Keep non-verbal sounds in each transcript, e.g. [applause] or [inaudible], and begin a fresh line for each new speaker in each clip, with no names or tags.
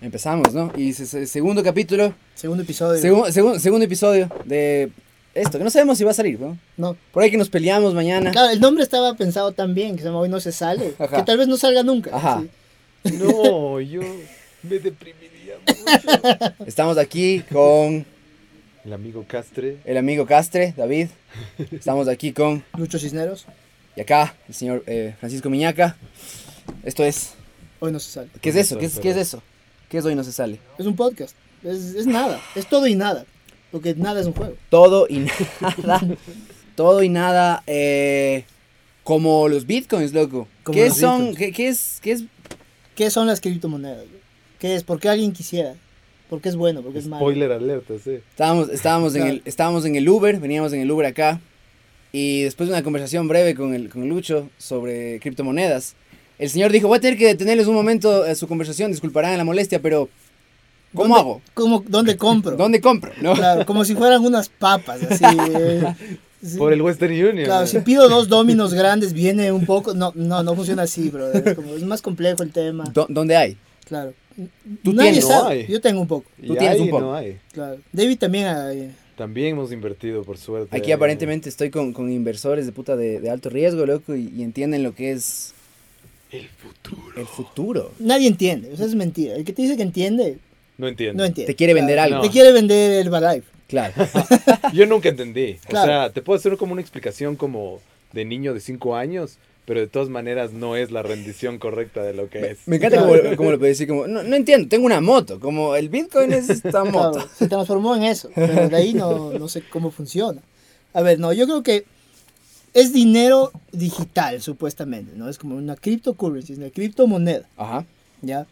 Empezamos, ¿no? Y se- se- segundo capítulo,
Segundo episodio.
segun- segun- segundo episodio de esto, que no sabemos si va a salir, ¿no?
No.
Por ahí que nos peleamos mañana.
Claro, el nombre estaba pensado tan bien, que se llama Hoy no se sale.
Ajá.
Que tal vez no salga nunca.
Ajá.
sí.
No, yo me deprimiría mucho.
Estamos aquí con
El amigo Castre.
el amigo Castre, David. Estamos aquí con,
Lucho Cisneros,
y acá, el señor eh, Francisco Miñaca. Esto es,
Hoy no se sale.
¿qué es eso? ¿Qué es, qué es eso? ¿Qué es hoy no se sale?
Es un podcast. Es, es nada. Es todo y nada. Porque nada es un juego.
Todo y [laughs] nada. Todo y nada. eh, como los bitcoins, loco.
Como
¿Qué
los
son?
bitcoins.
¿Qué, qué es? ¿Qué es?
¿Qué son las criptomonedas? güey? ¿Qué es? ¿Por qué alguien quisiera? ¿Por qué es bueno? ¿Por qué es malo?
Spoiler alerta, sí.
Estábamos, estábamos, en
Claro.
el, estábamos en el Uber, veníamos en el Uber acá. Y después de una conversación breve con, el, con Lucho sobre criptomonedas, el señor dijo, voy a tener que detenerles un momento eh, su conversación, disculparán la molestia, pero ¿cómo
¿Dónde-
hago?
¿Cómo, ¿Dónde compro?
¿Dónde compro? ¿No?
Claro, como si fueran unas papas, así. eh.
[laughs]
Sí.
Por el Western Union. eh.
Claro, si pido dos dominos grandes, viene un poco. No, no, no funciona así, bro. Es, como- es más complejo el tema.
¿Dó- ¿Dónde hay?
Claro.
Tú
Nadie
tienes,
sabe.
¿no? Ay.
Yo tengo un poco.
Y
tú tienes
hay,
un poco.
no hay.
Claro. David también. eh,
También hemos invertido, por suerte.
Aquí aparentemente estoy con, con inversores de puta de, de alto riesgo, loco, y, y entienden lo que es... El futuro. El futuro.
nadie entiende. Eso es mentira. El que te dice que entiende,
No entiendo.
no entiende.
Te quiere vender
Claro,
algo.
Te quiere vender el Balife. [laughs]
Claro. Ah,
Yo nunca entendí. O
Claro.
sea, te puedo hacer como una explicación como de niño de 5 años, pero de todas maneras no es la rendición correcta de lo que es.
Me encanta como, como lo puede decir, como, no, no entiendo, tengo una moto, como el Bitcoin es
[laughs]
esta moto.
Claro, se transformó en eso. Pero de ahí no, no sé cómo funciona. A ver, no, yo creo que es dinero digital, supuestamente, ¿no? Es como una cryptocurrency, una criptomoneda,
Ajá,
¿ya?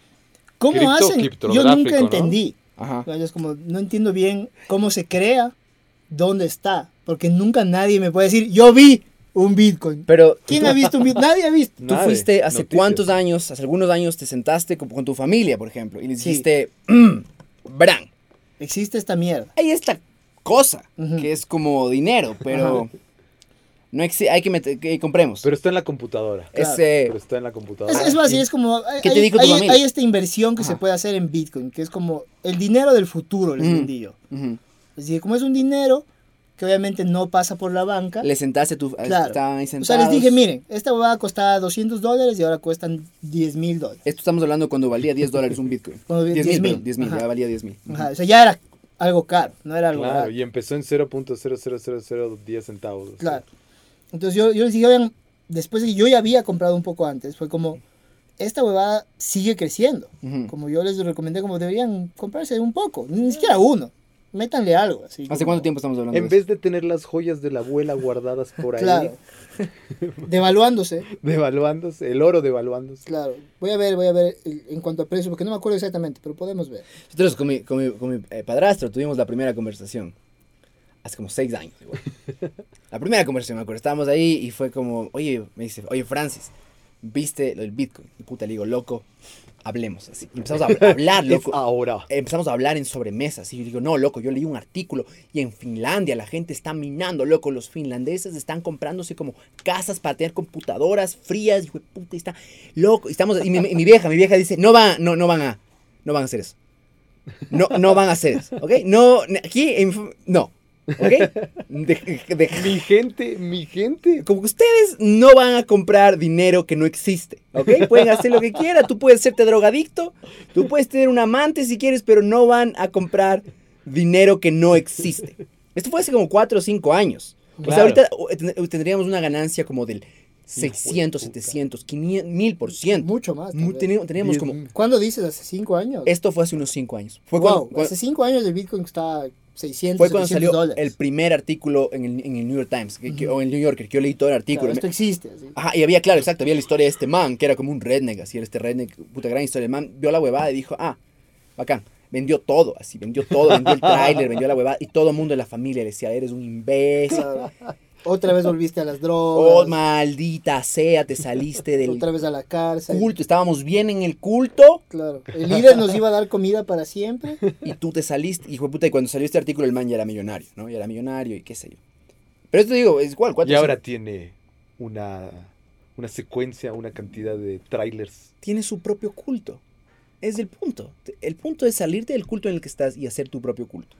¿Cómo
Cripto-
hacen? Yo
criptográfico,
nunca
¿no?
entendí.
ajá.
Claro, Es como, no entiendo bien cómo se crea, dónde está, porque nunca nadie me puede decir, yo vi un Bitcoin.
Pero
¿Quién ha visto un Bitcoin? Nadie ha visto.
tú
Nadie.
fuiste hace
Noticias.
cuántos años, hace algunos años, te sentaste con, con tu familia, por ejemplo, y les
Sí.
dijiste, "Mm, Bran,
Existe esta mierda.
hay esta cosa
Ujú.
que es como dinero, pero no exi- hay que meter, que compremos.
Pero está en la computadora.
claro.
Ese-
Pero está en la computadora.
Es, es más, y es como, hay,
¿Qué te
hay-
dijo tu
hay-
familia?
hay esta inversión que se
Ajá.
puede hacer en Bitcoin, que es como el dinero del futuro, les
Mm.
vendí yo.
ujú.
Es decir, como es un dinero que obviamente no pasa por la banca.
Le sentaste a tu...
claro.
Estaban ahí
o sea, les
sentados.
dije, miren, esta huevada costaba 200 dólares y ahora cuestan 10 mil dólares.
Esto estamos hablando cuando valía 10 dólares un Bitcoin.
Cuando
10 mil,
10.000,
perdón, 10 mil,
ajá.
ya valía 10 mil.
Ajá, o sea, ya era algo caro, no era algo
Claro,
barato.
y empezó en 0.00010 centavos. o sea.
Claro. Entonces yo, yo les dije, oigan, después de que yo ya había comprado un poco antes, fue como, esta huevada sigue creciendo.
Ujú.
Como yo les recomendé, como deberían comprarse un poco, ni siquiera uno. Métanle algo. Así
¿Hace
como-
cuánto tiempo estamos hablando
En
de
vez de tener las joyas de la abuela guardadas por ahí,
[laughs]
Claro. Devaluándose.
devaluándose, el oro devaluándose.
Claro. Voy a ver, voy a ver el- en cuanto a precio, porque no me acuerdo exactamente, pero podemos ver.
Nosotros con mi, con mi- con mi, eh, padrastro tuvimos la primera conversación. Hace como seis años, igual. La primera conversación, me acuerdo. Estábamos ahí y fue como, oye, me dice, oye, Francis, ¿viste lo del Bitcoin? Y puta, le digo, loco, hablemos así. Y empezamos a hab- hablar,
Es
loco.
ahora.
Empezamos a hablar en sobremesas. Y yo digo, no, loco, yo leí un artículo y en Finlandia la gente está minando, loco. Los finlandeses están comprándose como casas para tener computadoras frías. Y puta, y está loco. Y, estamos, y mi, mi vieja, mi vieja dice, no, va, no, no van a, no van a hacer eso. No, no van a hacer eso, ¿ok? No, n- aquí, en f- no, ¿ok? De- de-
Mi gente, mi gente.
como que ustedes no van a comprar dinero que no existe, ¿ok? Pueden hacer lo que quieran, tú puedes serte drogadicto, tú puedes tener un amante si quieres, pero no van a comprar dinero que no existe. Esto fue hace como 4 o 5 años. O sea,
Claro.
ahorita o, eh, ten- tendríamos una ganancia como del 600,
puta.
700, 500, 1000 por ciento.
Mucho más. tal
Mu-
vez.
Teníamos, teníamos como...
Diez-
¿Cuándo dices? ¿Hace cinco años?
Esto fue hace unos 5 años. Fue
wow,
cuando- cuando-
hace cinco años el Bitcoin costaba 600,
fue cuando
700
salió
dólares.
el primer artículo en el, en el New York Times, que- que- o en el New Yorker, que yo leí todo el
Claro,
artículo.
esto
Me-
existe. así.
Ajá, y había, claro, exacto, había la historia de este man, que era como un redneck, así, era este redneck, puta gran historia. El man vio la huevada y dijo, ah, bacán, vendió todo, así, vendió todo, vendió el tráiler, vendió la huevada, y todo el mundo de la familia le decía, eres un imbécil,
Claro. Otra vez volviste a las
oh,
drogas.
maldita sea, te saliste del
otra vez a la cárcel.
culto, estábamos bien en el culto,
Claro. El líder nos iba a dar comida para siempre.
y tú te saliste, hijo de puta, y cuando salió este artículo el man ya era millonario, ¿no? Ya era millonario y qué sé yo. Pero esto digo, es igual, cuatro
Y ahora tiene una, una secuencia, una cantidad de trailers.
tiene su propio culto. es el punto. El punto es salirte del culto en el que estás y hacer tu propio
[laughs]
culto.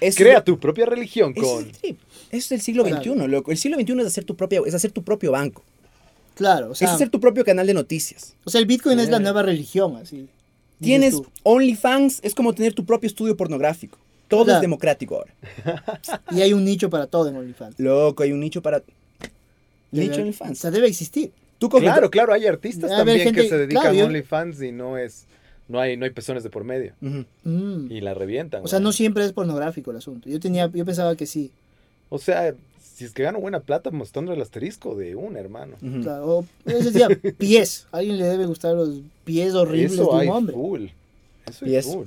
Eso
Crea
es,
tu propia religión
ese es
con...
el trip. Eso es el siglo
Claro.
XXI, loco. El siglo XXI es hacer tu, propia, es hacer tu propio banco.
Claro, o
es
sea,
hacer tu propio canal de noticias.
o sea, el Bitcoin es la
Eh.
nueva religión, así. dices
Tienes
tú.
OnlyFans, es como tener tu propio estudio pornográfico. Todo
Claro.
es democrático ahora.
Y hay un nicho para todo
[laughs]
en OnlyFans.
Loco, hay un nicho para... Nicho
Debe- O
OnlyFans.
sea, debe existir.
Tú coges-
Claro, claro, hay artistas
A ver,
también
gente,
que se dedican
claro, yo-
a OnlyFans y no es... No hay, no hay pezones de por medio.
Ujú.
Mm.
Y la revientan.
O sea,
güey.
no siempre es pornográfico el asunto. Yo tenía, yo pensaba que sí.
O sea, si es que gano buena plata mostrando el asterisco de un hermano.
Ujú.
O sea, o es decir, pies. A alguien le debe gustar los pies horribles
Eso
de
hay
un hombre.
full. Eso hay
Pies.
full.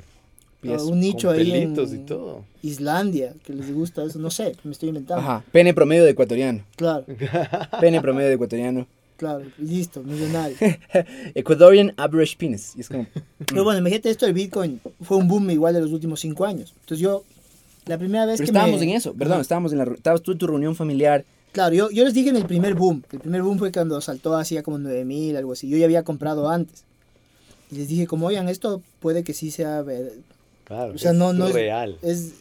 Y
O
eso.
un nicho
Con
ahí en
pelitos y todo.
Islandia, que les gusta eso. No sé, me estoy inventando.
Ajá. Pene promedio de ecuatoriano.
Claro,
Pene promedio de ecuatoriano.
claro. y
[laughs]
Listo, millonario.
Ecuadorian average penis. Y es como...
Pero bueno, imagínate esto del Bitcoin. Fue un boom igual de los últimos cinco años. Entonces yo, la primera vez
Pero
que me-
estábamos en eso, perdón,
Ajá.
estábamos en la... ru- Estabas tú en tu reunión familiar.
Claro, yo, yo les dije en el primer boom. El primer boom fue cuando saltó hacía como 9000, algo así. Yo ya había comprado antes. Y les dije, como oigan, esto puede que sí sea. ver-
Claro,
O sea,
es
no, no es-
real.
Es,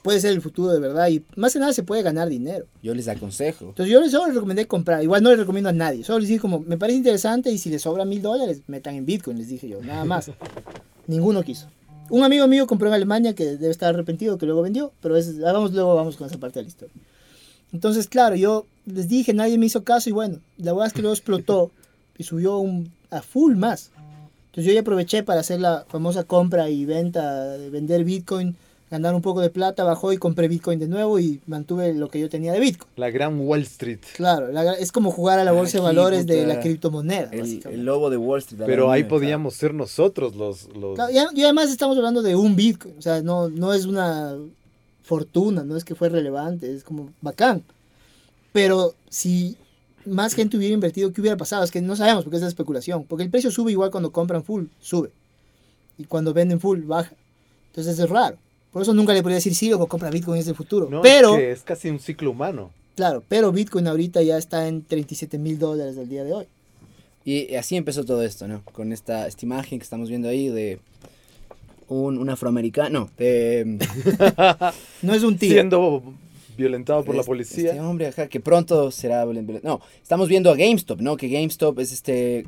puede ser el futuro de verdad. Y más que nada se puede ganar dinero.
Yo les aconsejo.
Entonces yo les, solo les recomendé comprar. Igual no les recomiendo a nadie. Solo les dije, como, me parece interesante y si les sobra mil dólares, metan en Bitcoin, les dije yo. Nada más. Ninguno quiso. Un amigo mío compró en Alemania que debe estar arrepentido que luego vendió, pero es, ah, vamos, luego vamos con esa parte de la historia. Entonces, claro, yo les dije, nadie me hizo caso y bueno, la verdad es que luego explotó y subió un, a full más. Entonces yo ya aproveché para hacer la famosa compra y venta, de vender Bitcoin, ganar un poco de plata, bajó y compré Bitcoin de nuevo y mantuve lo que yo tenía de Bitcoin.
La gran Wall Street.
Claro, la gra- es como jugar a la bolsa de
Aquí,
valores de
puta,
la criptomoneda.
El,
básicamente.
el lobo de Wall Street. a la
Pero ahí
nube, ¿sabes?
podíamos ser nosotros los... los...
Claro, y, a- y además estamos hablando de un Bitcoin, o sea, no, no es una fortuna, no es que fue relevante, es como bacán. Pero si más gente hubiera invertido, ¿qué hubiera pasado? Es que no sabemos porque es la especulación, porque el precio sube igual cuando compran full, sube. Y cuando venden full, baja. Entonces es raro. Por eso nunca le podría decir, sí, loco, compra Bitcoin, es el futuro.
No, es
pero,
que es casi un ciclo humano.
claro, pero Bitcoin ahorita ya está en 37 mil dólares del día de hoy.
Y así empezó todo esto, ¿no? Con esta, esta imagen que estamos viendo ahí de un, un afroamericano. De,
No es un tío.
Siendo violentado [laughs] por la
este-
policía.
Este hombre, ajá, que pronto será... violen- violen- No, estamos viendo a GameStop, ¿no? Que GameStop es este...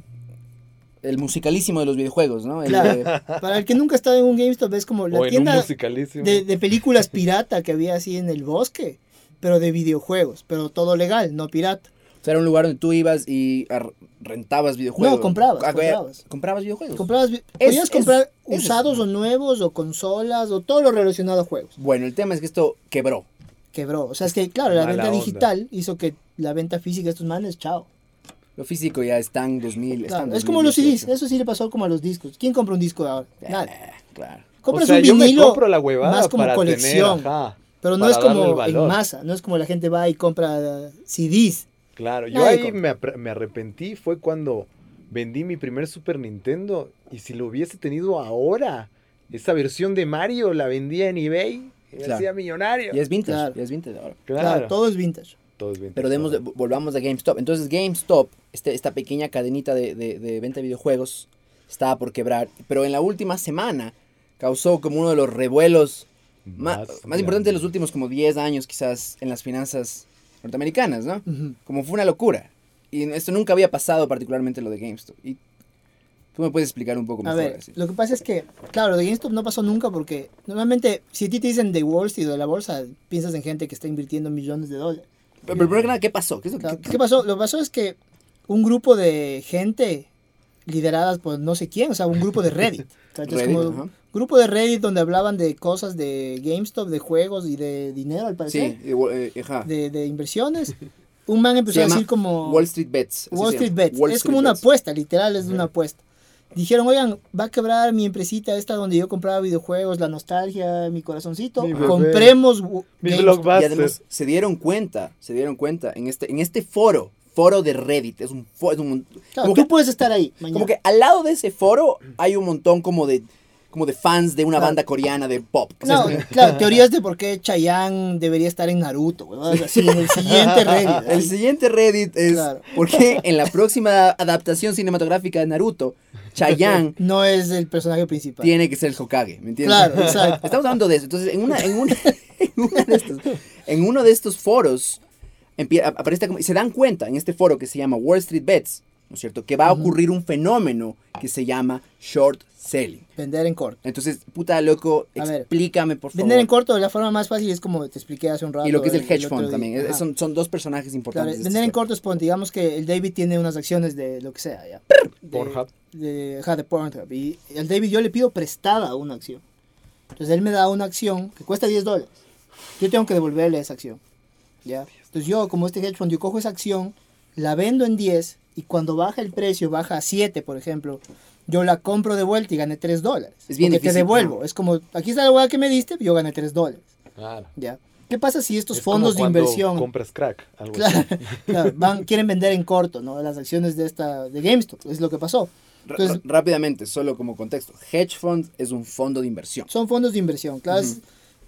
El musicalísimo de los videojuegos, ¿no? El
Claro.
de-
Para el que nunca ha estado en un GameStop, es como la
o en un
tienda...
musicalísimo.
de, de películas pirata que había así en el bosque, pero de videojuegos, pero todo legal, no pirata.
o sea, era un lugar donde tú ibas y ar- rentabas videojuegos.
No, comprabas,
Ah, güey,
comprabas.
Comprabas videojuegos.
Comprabas, vi-
Es-
podías
es-
comprar
es-
usados o nuevos o consolas o todo lo relacionado a juegos.
bueno, el tema es que esto quebró.
Quebró. O sea, es que claro, la
Mala
venta
onda.
digital hizo que la venta física de estos manes, chao.
Lo físico ya está en 2000. está en
Claro, es como los CDs,
2018.
eso sí le pasó como a los discos. ¿Quién compra un disco ahora? Nadie.
Eh, claro.
o
Compras
sea,
un
yo me
vinilo
compro la huevada
más como
para
colección,
tener, ajá,
pero no
para
es
darle el
como en
valor.
masa, no es como la gente va y compra CDs.
Claro, yo
Nadie
ahí
compra.
me, apre- me arrepentí fue cuando vendí mi primer Super Nintendo y si lo hubiese tenido ahora, esa versión de Mario la vendía en eBay y me
Claro.
hacía millonario.
Y es vintage,
Claro.
y es vintage ahora.
Claro, todo es vintage.
todo es vintage,
Pero demos de-
¿no?
volvamos a GameStop. Entonces GameStop, este, esta pequeña cadenita de, de- de venta de videojuegos, estaba por quebrar. Pero en la última semana causó como uno de los revuelos ma- más, importantes de los últimos como 10 años quizás en las finanzas norteamericanas, ¿no?
Ujú.
Como fue una locura. Y esto nunca había pasado particularmente lo de GameStop. Y tú me puedes explicar un poco
A
mejor.
ver,
así.
lo que pasa es que, claro, lo de GameStop no pasó nunca porque normalmente si a ti te dicen de Wall Street o de la bolsa, piensas en gente que está invirtiendo millones de dólares.
Pero primero que nada, ¿qué pasó? ¿Qué es lo que-
Claro, ¿Qué pasó? Lo que pasó es que un grupo de gente lideradas por no sé quién, o sea, un grupo
[laughs]
de Reddit. ¿cachas?
Reddit,
Como
ajá.
grupo de Reddit donde hablaban de cosas de GameStop, de juegos y de dinero, al parecer,
Sí, eh, wa- eh, ajá.
de, de inversiones. Un man
Se
empezó a
llama
decir como...
Wall Street Bets. así
Wall
se
Street
llama.
Bets.
Wall
es
Street
como una
Bets.
apuesta, literal, es una apuesta. Dijeron, oigan, va a quebrar mi empresita esta donde yo compraba videojuegos, la nostalgia, mi corazoncito.
Mi bebé.
Compremos Wo-
Mi
GameStop".
Y
blockbuster.
además se dieron cuenta, se dieron cuenta en este, en este foro, foro de Reddit, es un foro, es un mon-
Claro,
como,
tú
que,
puedes estar ahí mañana.
como que al lado de ese foro hay un montón como de, como de fans de una
Ah.
banda coreana de pop.
No,
[laughs]
claro, teorías de por qué Chayanne debería estar en Naruto, huevadas así,
[laughs]
en el siguiente Reddit.
El siguiente Reddit es
Claro.
por qué en la próxima adaptación cinematográfica de Naruto, Chayanne
No es el personaje principal.
tiene que ser el Hokage, ¿me entiendes? [laughs]
Claro, exacto.
Estamos hablando de eso. Entonces, en, una, en, una- [laughs] en una de estos, en uno de estos foros, empie- ap- aparece esta com- se dan cuenta en este foro que se llama Wall Street Bets, ¿no es cierto?, que va a ocurrir un fenómeno que se llama short selling.
Vender en corto.
Entonces, puta loco,
A ver,
explícame, por favor.
Vender en corto de la forma más fácil es como te expliqué hace un rato.
y lo que es el hedge
otro
fund
día.
también. Es-
Ajá.
son, son dos personajes
Claro,
importantes. de esta
vender en
historia.
corto es pon, digamos que el David tiene unas acciones de lo que sea, ya. De-
Pornhub.
De, ajá, de Pornhub. Y al David yo le pido prestada una acción. Entonces él me da una acción que cuesta 10 dólares. Yo tengo que devolverle esa acción. ¿ya? Entonces yo, como este hedge fund, yo cojo esa acción, la vendo en 10 y cuando baja el precio, baja a 7, por ejemplo, yo la compro de vuelta y gané 3 dólares.
Es bien
Porque
difícil,
te devuelvo.
¿no?
Es como, aquí está la hueá que me diste, yo gané 3 dólares.
Claro.
¿ya? ¿Qué pasa si estos
Es como
fondos de
cuando
inversión...
Compras crack. Algo
Claro,
así.
[laughs] claro, van, quieren vender en corto, ¿no? Las acciones de esta de GameStop, es lo que pasó.
Ra-
Entonces-
ra- rápidamente, solo como contexto. Hedge fund es un fondo de inversión.
Son fondos de inversión, claro. es-
Ujú.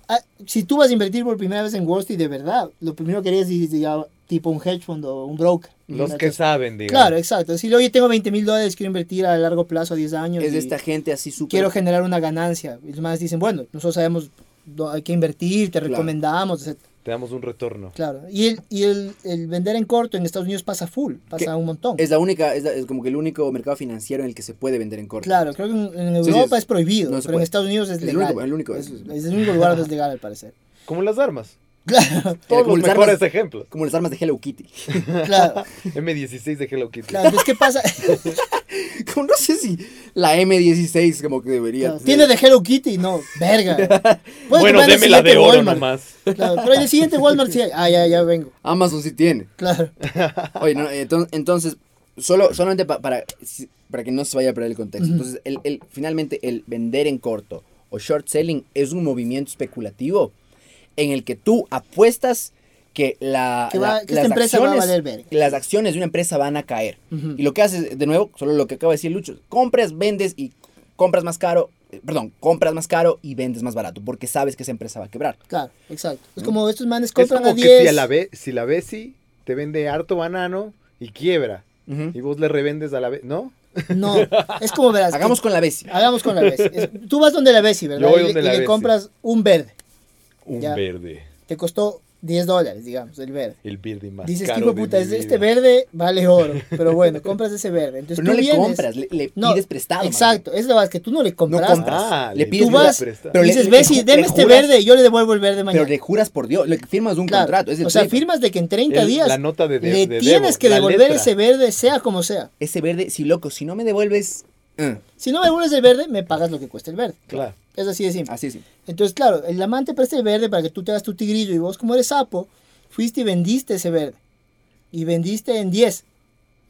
ah, si tú vas a invertir por primera vez en Wall Street de verdad, lo primero que harías es ya, tipo un hedge fund o un broker.
Los
¿no?
que
Entonces,
saben, digamos.
Claro, exacto. Decirle, oye, tengo 20 mil dólares, quiero invertir a largo plazo, 10 años.
Es de
y
esta gente así súper.
Quiero generar una ganancia. Y los más dicen, bueno, nosotros sabemos, do- hay que invertir, te
Claro.
recomendamos, etc.
Te damos un retorno.
Claro. Y, el, y el, el vender en corto en Estados Unidos pasa full, pasa
Que
un montón.
Es la única, es, la- es como que el único mercado financiero en el que se puede vender en corto. Eh,
Claro, creo que en, en
Sí, sí,
Europa
es-
es, prohibido,
no se
pero en
puede.
Estados Unidos es
El
legal.
único- el único
es,
es-
es el único lugar donde es legal,
[laughs]
al parecer.
Como las armas.
Claro,
Era
Todos
como
los
las
mejores
armas-
ejemplos.
Como las armas de Hello Kitty. [laughs]
claro.
M16 de Hello Kitty.
claro. Entonces,
[laughs]
¿qué pasa?
Como no sé si la M16 como que debería.
Claro, Tiene de Hello Kitty, no,
[laughs]
verga. Puedes
Bueno,
comprar en el
deme la de
siguiente
oro
Walmart.
nomás.
Claro,
[laughs]
pero en el siguiente Walmart sí hay. Ah, ya, ya vengo.
Amazon sí
[laughs]
tiene.
Claro.
Oye, no, enton- entonces, solo, solamente pa- para, si- para que no se vaya a perder el contexto.
Ujú.
Entonces, el, el- finalmente, el vender en corto o short selling es un movimiento especulativo en el que tú apuestas que, la,
Que va-
la-
que esta empresa va a valer verga.
las acciones de una empresa van a caer.
Ujú.
Y lo que haces, de nuevo, solo lo que acaba de decir Lucho, compras, vendes y compras más caro, eh, perdón, compras más caro y vendes más barato, porque sabes que esa empresa va a quebrar.
Claro, exacto. Es como estos manes
Es
compran
como
a
que
10.
si, a la ve, si la Bessie te vende harto banano y quiebra.
Ujú.
Y vos le revendes a la Bessie. ¿No?
[laughs] No, es como verás.
Hagamos con la Bessie.
Hagamos con la Bessi. Es- Tú vas donde la Bessi,
Yo
¿verdad?
voy
Y le-
donde
y
la
le
Bessi.
compras un verde.
Un
Ya.
verde.
Te costó 10 dólares, digamos, el verde.
El verde más
Dices,
caro
tipo
de
puta,
mi
es- este
vida".
verde vale oro. Pero bueno, compras ese verde. Entonces
Pero no
Pues tú
le
vienes-
compras, le, le
No,
pides prestado. más bien.
Exacto, es la verdad que tú no le
No
compraste.
compras.
Ah,
le
le
pides
tú
pides
vas,
prestado.
pero le-
dices,
le-
Bessi,
le
deme este
juras-
verde, yo le devuelvo el verde mañana.
Pero le juras por Dios, le firmas un
Claro,
contrato. Es el
o sea,
trip.
firmas de que en 30
El-
días
la nota de de-
le
de
tienes
debo,
que
la
devolver
letra.
ese verde, sea como sea.
Ese verde, si loco, si no me devuelves. eh,
Si no me devuelves el verde, me pagas lo que cuesta el verde.
Claro.
Es así de simple.
así sí.
Entonces, claro, el amante presta el verde para que tú te hagas tu tigrillo y vos, como eres sapo, fuiste y vendiste ese verde. Y vendiste en 10.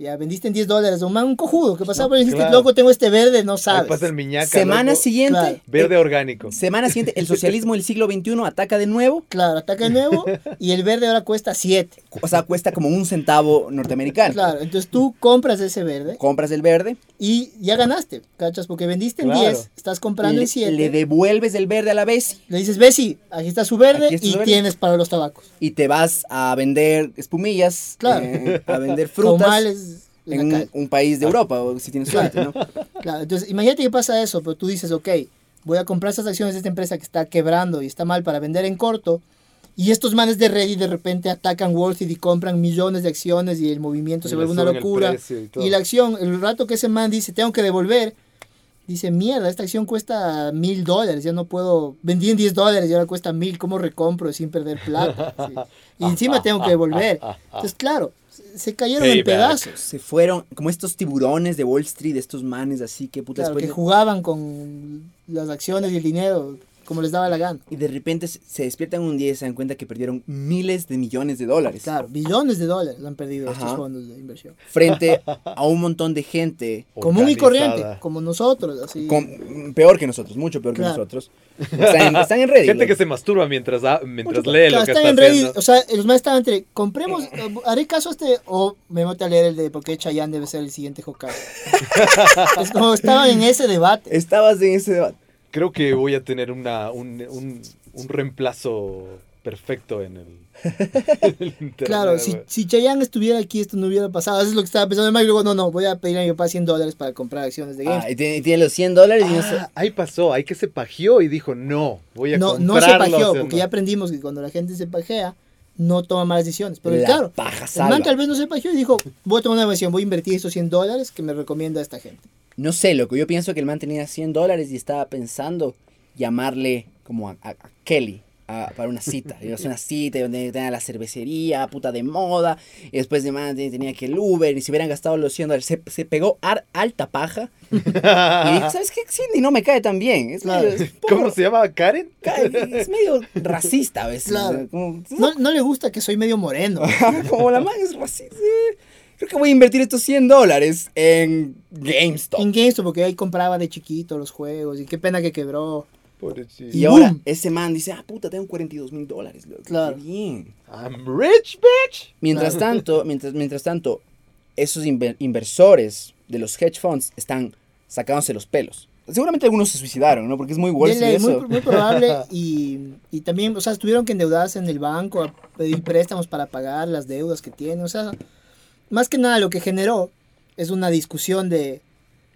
Ya, vendiste en 10 dólares. Un man, un cojudo que pasaba por ahí y dijiste,
claro.
loco, tengo este verde, no
Ahí
sabes.
pasa el miñaca.
Semana
loco.
siguiente. eh,
Claro.
Verde orgánico.
Semana siguiente, el socialismo del siglo XXI ataca de nuevo.
Claro, ataca
[laughs]
de nuevo y el verde ahora cuesta 7.
O sea, cuesta como un centavo norteamericano.
Claro, entonces tú compras ese verde
Compras el verde,
y ya ganaste, ¿cachas? Porque vendiste en
Claro.
10, estás comprando
le,
en 7.
le
Le,
devuelves el verde a la vez
dices, Bessie, aquí está su verde
Aquí está
y
su verde.
tienes para los tabacos.
y te vas a vender espumillas,
Claro.
eh, a
[laughs]
vender frutas
Comales en la
en un,
calle.
un país de
Ah.
Europa, o si tienes suerte, ¿no?
Claro, entonces imagínate que pasa eso, pero tú dices, ok, voy a comprar esas acciones de esta empresa que está quebrando y está mal para vender en corto. Y estos manes de Reddit de repente atacan Wall Street y compran millones de acciones y el movimiento
Y
se
le
vuelve una
suben el
locura.
precio y todo.
Y, la acción, el rato que ese man dice, tengo que devolver, dice, mierda, esta acción cuesta mil dólares, ya no puedo, vendí en 10 dólares y ahora cuesta mil, ¿cómo recompro sin perder plata? Sí. Y encima tengo que devolver. Entonces, claro, se se cayeron en
Payback.
pedazos.
Se fueron como estos tiburones de Wall Street, estos manes así pues, que puta
Claro, que
después de-
jugaban con las acciones y el dinero como les daba la gana.
Y de repente se- se despiertan un día y se dan cuenta que perdieron miles de millones de dólares
Claro, billones de dólares han perdido
Ajá.
estos fondos de inversión. [laughs]
frente a un montón de gente
Común y
Organizada.
corriente, como nosotros, así.
con- peor que nosotros, mucho peor que
Claro.
nosotros. Están en, están en Reddit.
Gente que
loco.
se masturba mientras, ha- mientras
Mucho-
lee
Claro,
lo que
están
está
en Reddit,
haciendo.
o sea, los más estaban entre, compremos, eh, haré caso a este, o me voy a leer el de por qué
[laughs]
Chayanne debe ser el siguiente Hokage. es como estaban en ese debate.
Estabas en ese debate.
Creo que voy a tener una, un, un- un reemplazo perfecto en el, [laughs] en el internet.
Claro, si,
güey.
si Chayanne estuviera aquí, esto no hubiera pasado. Eso es lo que estaba pensando. Además, y luego, no, no, voy a pedir a mi papá 100 dólares para comprar acciones de
Ah,
GameStop.
y tiene, tiene los 100 dólares y no sé-
Ah, ahí pasó, ahí que se pajeó y dijo, no, voy a
no, no
comprarlo.
se pajeó,
o sea,
porque
no.
ya aprendimos que cuando la gente se pajea, no toma malas decisiones. Pero
la
claro,
paja
el
salva.
man tal vez no se pajeó y dijo, voy a tomar una decisión, voy a invertir estos 100 dólares que me recomienda esta gente.
No sé, loco. Yo pienso que el man tenía 100 dólares y estaba pensando llamarle como a, a- a Kelly a- para una cita. Y hacer una cita y donde tenía la cervecería, puta de moda. Y después de man te- tenía que el Uber y se hubieran gastado los 100 dólares. Se, se pegó ar- alta paja.
[laughs]
Y dijo, ¿sabes qué? Cindy no me cae tan bien. Es
Claro.
medio, es un poco-
¿Cómo se llamaba
[laughs]
Karen?
cae- es medio racista a veces.
Claro.
¿no? Como-
No, no le gusta que soy
[laughs]
medio moreno.
Como la man es racista. Creo que voy a invertir estos 100 dólares en GameStop.
en GameStop, porque ahí compraba de chiquito los juegos y qué pena que quebró.
Pobrecito.
Y
Y
ahora
boom.
ese man dice, ah, puta, tengo 42 mil dólares, loco. qué
Claro.
bien.
I'm rich, bitch.
Mientras tanto, mientras, mientras tanto, esos inver- inversores de los hedge funds están sacándose los pelos. Seguramente algunos se suicidaron, ¿no? Porque es muy Wall
Dele,
Street
muy,
Pues eso.
muy probable y, y también, o sea, tuvieron que endeudarse en el banco, a pedir préstamos para pagar las deudas que tienen, o sea, más que nada lo que generó es una discusión de,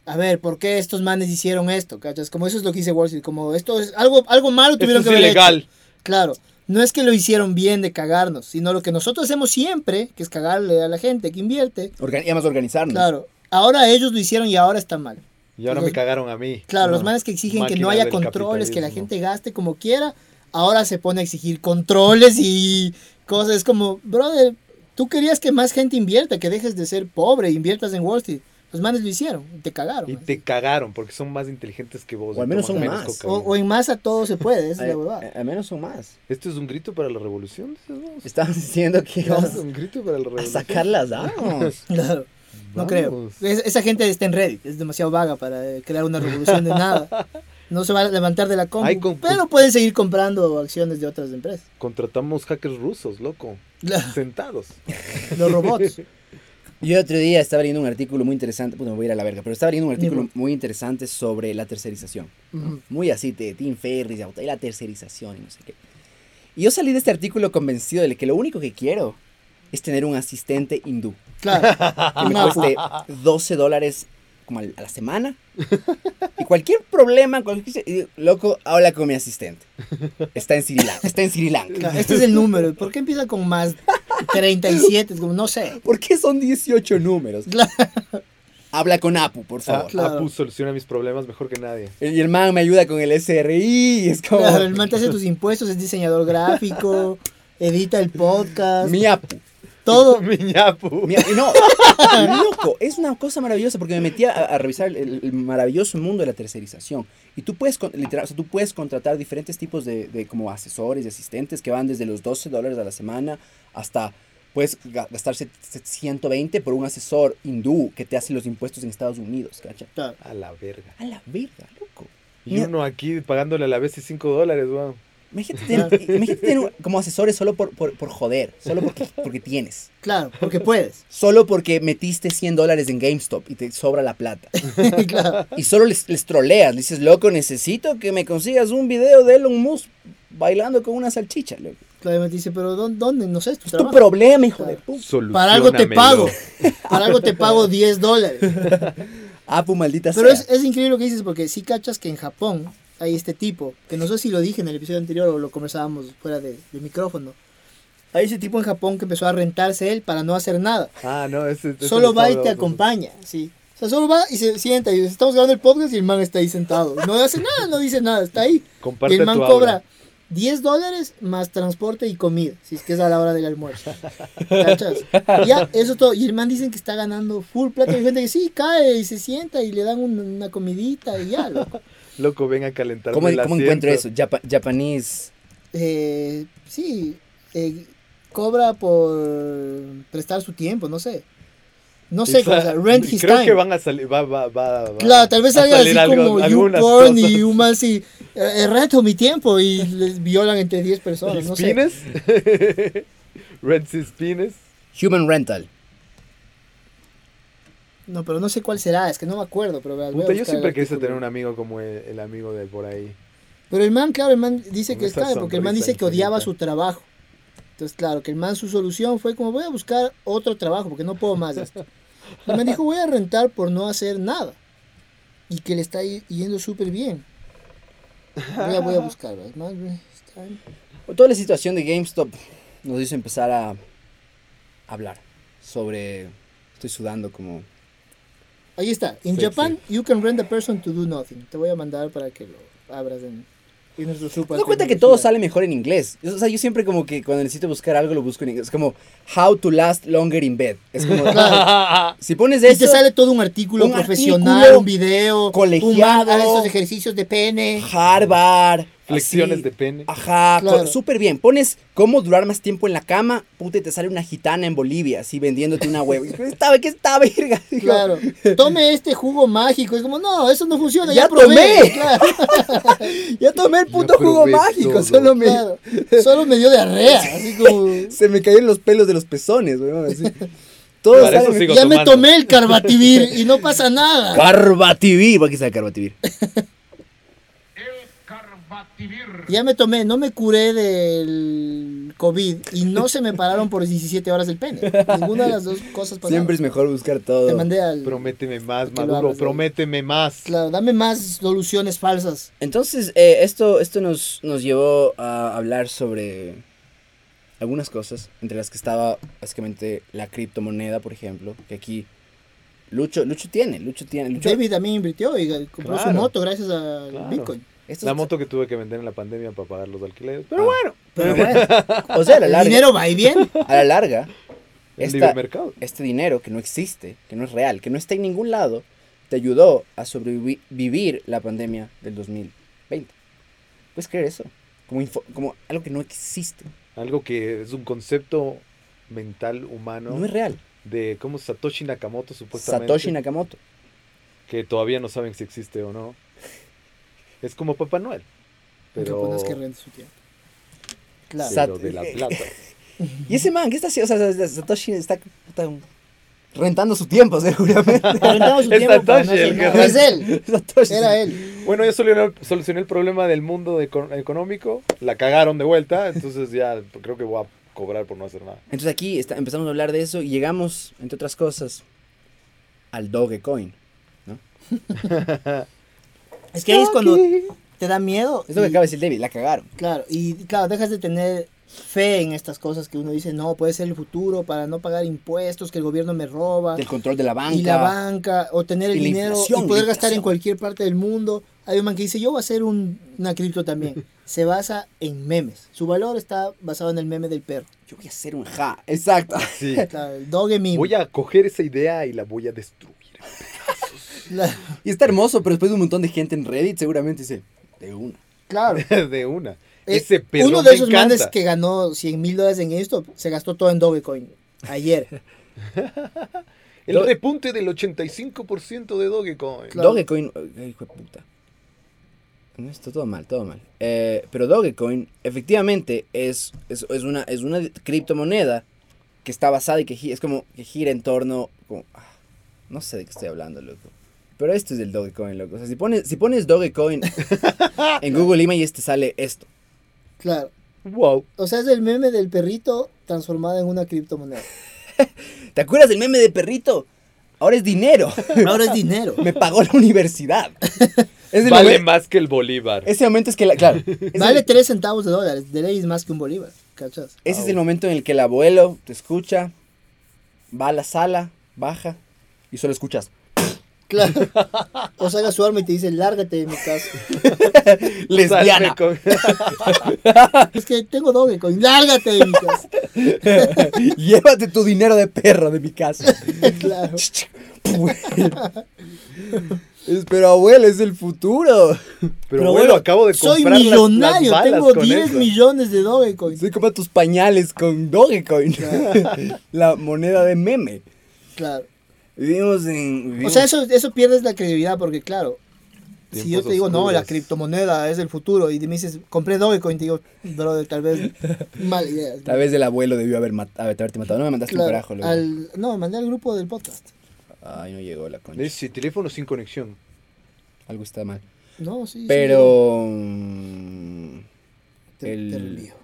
a ver, ¿por qué estos manes hicieron esto? ¿Cachas? Como eso es lo que dice Wall Street, como esto es algo, algo malo
Esto
tuvieron
es
que haber
ilegal.
hecho. Claro, no es que lo hicieron bien de cagarnos, sino lo que nosotros hacemos siempre, que es cagarle a la gente que invierte,
Organ- y además organizarnos.
claro, ahora ellos lo hicieron y ahora está mal.
Y ahora me cagaron a mí.
Claro, los
Ah.
manes que exigen que
Máquina
no haya
del
controles, que la
capitalismo.
gente gaste como quiera, ahora se pone a exigir controles y cosas. Es como, brother, tú querías que más gente invierta, que dejes de ser pobre, inviertas en Wall Street. Los manes lo hicieron, y te cagaron.
Y
¿eh?
te cagaron porque son más inteligentes que vos.
O al
y
menos
toman
son
menos
más.
O,
cocaína.
o en masa todo se puede, esa es la
Al,
eh,
verdad.
al menos son más.
¿Esto Este es un grito para la revolución? dices vos? [laughs]
Este
Estaban [laughs] diciendo que
¿Es
vamos
un grito para la
a
revolución?
sacar las armas.
[laughs] Claro, no
Vamos.
creo. Es- esa gente está en Reddit, es demasiado vaga para eh, crear una revolución de nada. No se va a levantar de la
Ay,
compu,
con-
pero pueden seguir comprando acciones de otras empresas. [laughs]
Contratamos hackers rusos, loco.
La-
Sentados.
los robots.
[laughs]
Yo el otro día estaba leyendo un artículo muy interesante, bueno, me voy a ir a la verga, pero estaba leyendo un artículo muy interesante sobre la tercerización.
Ujú.
Muy así, de Tim Ferriss, de auto- y la tercerización y no sé qué. Y yo salí de este artículo convencido de que lo único que quiero es tener un asistente hindú
Claro. [laughs]
que me
Una-
cueste 12 dólares como al- a la semana. Y cualquier problema, cualquier... y, Loco, habla con mi asistente. Está en Sri Lanka. Está en Sri Lanka.
Claro, Este es el número. ¿Por qué empieza con más 37? Es como, no sé.
¿Por qué son 18 números?
Claro.
Habla con Apu, por
Ah,
favor.
claro.
Apu soluciona mis problemas mejor que nadie.
Y el man me ayuda con el SRI, y es como
Claro, el man te hace tus impuestos, es diseñador gráfico, edita el podcast,
mi apu.
[laughs]
[laughs]
todo.
Mi ñapu.
mi- y no, loco, es una cosa maravillosa porque me metí a, a revisar el, el maravilloso mundo de la tercerización. Y tú puedes, con- literal, o sea, tú puedes contratar diferentes tipos de, de como asesores y asistentes que van desde los 12 dólares a la semana hasta puedes ga- gastarse 120 por un asesor hindú que te hace los impuestos en Estados Unidos, ¿cacha?
Claro.
A la verga.
A la verga, loco.
Y uno aquí pagándole a la vez 5 dólares, weón.
Imagínate tener, imagínate tener un- como asesores solo por, por, por joder, solo porque, porque tienes.
Claro, porque puedes.
Solo porque metiste 100 dólares en GameStop y te sobra la plata.
[laughs] Claro.
Y solo les, les troleas, le dices, loco, necesito que me consigas un video de Elon Musk bailando con una salchicha, loco.
Claro, y me dice, pero ¿dó- ¿dónde? No sé, es tu
Es tu
trabajo.
problema, hijo de puta.
Para algo te pago. Para algo te pago 10 dólares.
Apu, Ah, pues, maldita
Pero es, eh,
sea.
es increíble lo que dices, porque sí cachas que en Japón hay este tipo, que no sé si lo dije en el episodio anterior o lo conversábamos fuera de, de micrófono. Hay ese tipo en Japón que empezó a rentarse él para no hacer nada.
Ah, no, ese, ese
solo
le
va y
estaba
te
dando-
acompaña, sí. O sea, solo va y se sienta y dice, estamos grabando el podcast y el man está ahí sentado. No hace nada, no dice nada, está ahí.
Comparte
y el man
tu aula.
cobra 10 dólares más transporte y comida, si es que es a la hora del almuerzo. ¿Cachas? Ya, eso todo. Y el man dicen que está ganando full plata. Y hay gente que sí, cae y se sienta y le dan un- una comidita y ya, loco.
Loco, ven a calentar.
¿Cómo, cómo encuentro eso? Japa- Japanese.
Eh, sí, eh, cobra por prestar su tiempo, no sé.
[laughs]
No sé, cómo, o sea, rent his
Creo
time.
que van a salir. Va, va, va, va
Claro, tal vez
a
salga así
salir algo-
como you
algunas
porn
cosas.
y un man si reto mi tiempo y les violan entre 10 personas, no sé.
¿Spines? [laughs] Red Sea Spines.
Human Rental.
No, pero no sé cuál será, es que no me acuerdo. Pero voy a
Puta, yo
buscar
siempre
el
quise tener
artículo.
un amigo como el, el amigo de por ahí.
Ah,
Pero el man, claro, el man dice
Con
que
esa
sabe, porque el man
sonrisa
dice que odiaba
infinita.
su trabajo. Entonces, claro, que el man su solución fue como voy a buscar otro trabajo porque no puedo más
[laughs]
de esto. Y el man dijo voy a rentar por no hacer nada. Y que le está y- yendo súper bien. Voy a, voy a buscar. ¿verdad? Man, güey, está bien.
Bueno, Toda la situación de GameStop nos hizo empezar a hablar sobre... Estoy sudando como...
Ahí está. In
Sí,
Japan, you can rent a person to do nothing. Te voy a mandar para que lo abras en, Pues, en nuestro
¿Te
super.
das cuenta que todo sale mejor en inglés? O sea, yo siempre como que cuando necesito buscar algo lo busco en inglés. Es como, how to last longer in bed. Es como,
[laughs]
si pones
Y
eso,
te sale todo un artículo
un
profesional,
artículo
un video,
colegiado.
un manga, esos ejercicios de
[laughs]
pene.
Harvard.
Flexiones
así.
de pene.
Ajá, co-
Claro.
súper bien. Pones cómo durar más tiempo en la cama, puta, y te sale una gitana en Bolivia, así vendiéndote una hueva. Y yo, Esta, ¿Qué está, verga? [laughs] Digo,
Claro. Tome este jugo mágico. Es como, no, eso no funciona. Ya,
Ya
probé.
tomé.
Claro,
Ya tomé el
Ya
puto jugo
probé
mágico,
todo.
solo [laughs] me...
claro. Solo me dio diarrea. Así
[laughs]
como,
Se me cayeron los pelos de los pezones, weón. así.
[laughs]
Todo
Para
sale
eso sigo
ya me
tomando.
tomé el carbativir y no
[laughs]
pasa nada.
Carbativir, va a quitar Carbativir.
Pues Ya me tomé, no me curé del COVID y no se me pararon por 17 horas el pene. Ninguna de las dos cosas pasaron.
Siempre es mejor buscar todo.
Te mandé al...
Prométeme más,
Porque lo
Maduro,
abres de-
prométeme más.
Claro, dame más soluciones falsas.
Entonces, eh, esto, esto nos, nos llevó a hablar sobre algunas cosas, entre las que estaba básicamente la criptomoneda, por ejemplo, que aquí Lucho, Lucho tiene, Lucho tiene. Lucho,
David también invirtió y compró su
Claro.
moto gracias al
Claro.
Bitcoin.
esto
La
es-
moto que tuve que vender en la pandemia para pagar los alquileres.
Ah.
Pero bueno,
Pero bueno, o sea, a la
El
larga,
dinero va y bien.
a la larga
el
esta-
libre mercado.
este dinero que no existe, que no es real, que no está en ningún lado, te ayudó a sobrevivir la pandemia del 2020. ¿Puedes creer eso? Como, info- como algo que no existe,
Algo que es un concepto mental humano
no es real.
de cómo Satoshi Nakamoto supuestamente.
Satoshi Nakamoto.
Que todavía no saben si existe o no. Es como Papá Noel. Pero,
Japonés que renta su tiempo.
pero
Claro.
Sat-
de la plata.
Y ese man, ¿qué está haciendo? O sea, Satoshi está puta, rentando su tiempo, [laughs] seguramente.
Pero rentaba su
Es
tiempo para
[laughs]
no
Satoshi el
hacer
que
nada.
renta.
Es él.
Satoshi.
Era él.
Bueno, yo solucioné, solucioné el problema del mundo de eco- económico. La cagaron de vuelta. Entonces ya creo que voy a cobrar por no hacer nada.
Entonces aquí está- empezamos a hablar de eso y llegamos, entre otras cosas, al Dogecoin.
Es que ahí es cuando te da miedo.
Es lo que
y-
acaba de decir David, la cagaron.
Claro, y claro, dejas de tener fe en estas cosas que uno dice, no, puede ser el futuro para no pagar impuestos, que el gobierno me roba.
El control de Ah. la banca.
y la banca, o tener el
Y la
dinero y
inflación,
poder
la
gastar en
inflación.
cualquier parte del mundo. Hay un man que dice, yo voy a hacer un- una cripto también. Se basa en memes. Su valor está basado en el meme del perro.
Yo voy a hacer un ja. Exacto.
[laughs]
Sí.
Claro, el doge meme.
Voy a coger esa idea y la voy a destruir. [laughs]
La-
Y está hermoso, pero después de un montón de gente en Reddit seguramente dice, de una.
claro.
de una.
Eh,
Ese pelón
Uno de esos
me
manes
encanta.
que ganó 100 mil dólares en esto se gastó todo en Dogecoin ayer.
El
Lo-
repunte del 85% de Dogecoin.
Claro.
Dogecoin, ay, hijo de puta. No, está todo mal, todo mal. Eh, pero Dogecoin, efectivamente, es, es, es una, es una criptomoneda que está basada y que gi- es como que gira en torno. como- ah, no sé de qué estoy hablando, loco. Pero esto es del Dogecoin, loco. O sea, si pones, si pones Dogecoin
[laughs]
en Google Images, te sale esto.
Claro.
Wow.
O sea, es el meme del perrito transformado en una criptomoneda.
¿Te acuerdas del meme de perrito? Ahora es dinero. [laughs]
Ahora es dinero.
Me pagó la
[laughs]
universidad. Es el
Vale
momento-
más que el Bolívar.
ese momento es que la.
[laughs]
Claro. [laughs] es el-
Vale 3 centavos de dólares. De ley es más que un bolívar. ¿Cachas?
Ese es el momento en el que el abuelo te escucha, va a la sala, baja y solo
[laughs]
escuchas.
Claro. O saca su arma y te dice, lárgate de mi casa.
Lesbiana.
Salve
[laughs]
con-
Es que tengo Dogecoin, lárgate de mi casa.
[laughs] Llévate tu dinero de perro de mi
[laughs]
casa.
Claro.
Es, Pero abuelo, es el futuro.
[laughs] Pero bueno, acabo de comprar
Soy
las- las
millonario,
balas
tengo
con
10
eso.
millones de Dogecoin.
Se compra tus pañales con
[laughs]
Dogecoin. la moneda de meme.
Claro.
Vivimos en.
O
vivimos-
sea, eso, eso pierdes la credibilidad porque, claro, si yo
Tiempos
te digo, no,
oscuros.
la criptomoneda es el futuro y me dices, compré Dogecoin, te digo, brother, tal vez mala idea.
Tal vez el abuelo debió haber mat- haberte matado. No me mandaste un
Claro,
carajo, loco.
al- no, mandé al grupo del podcast.
Ay, no llegó la concha.
Ese teléfono sin conexión.
Algo está mal.
No, sí. sí,
Pero... mm,
te-
el-
te reenvío.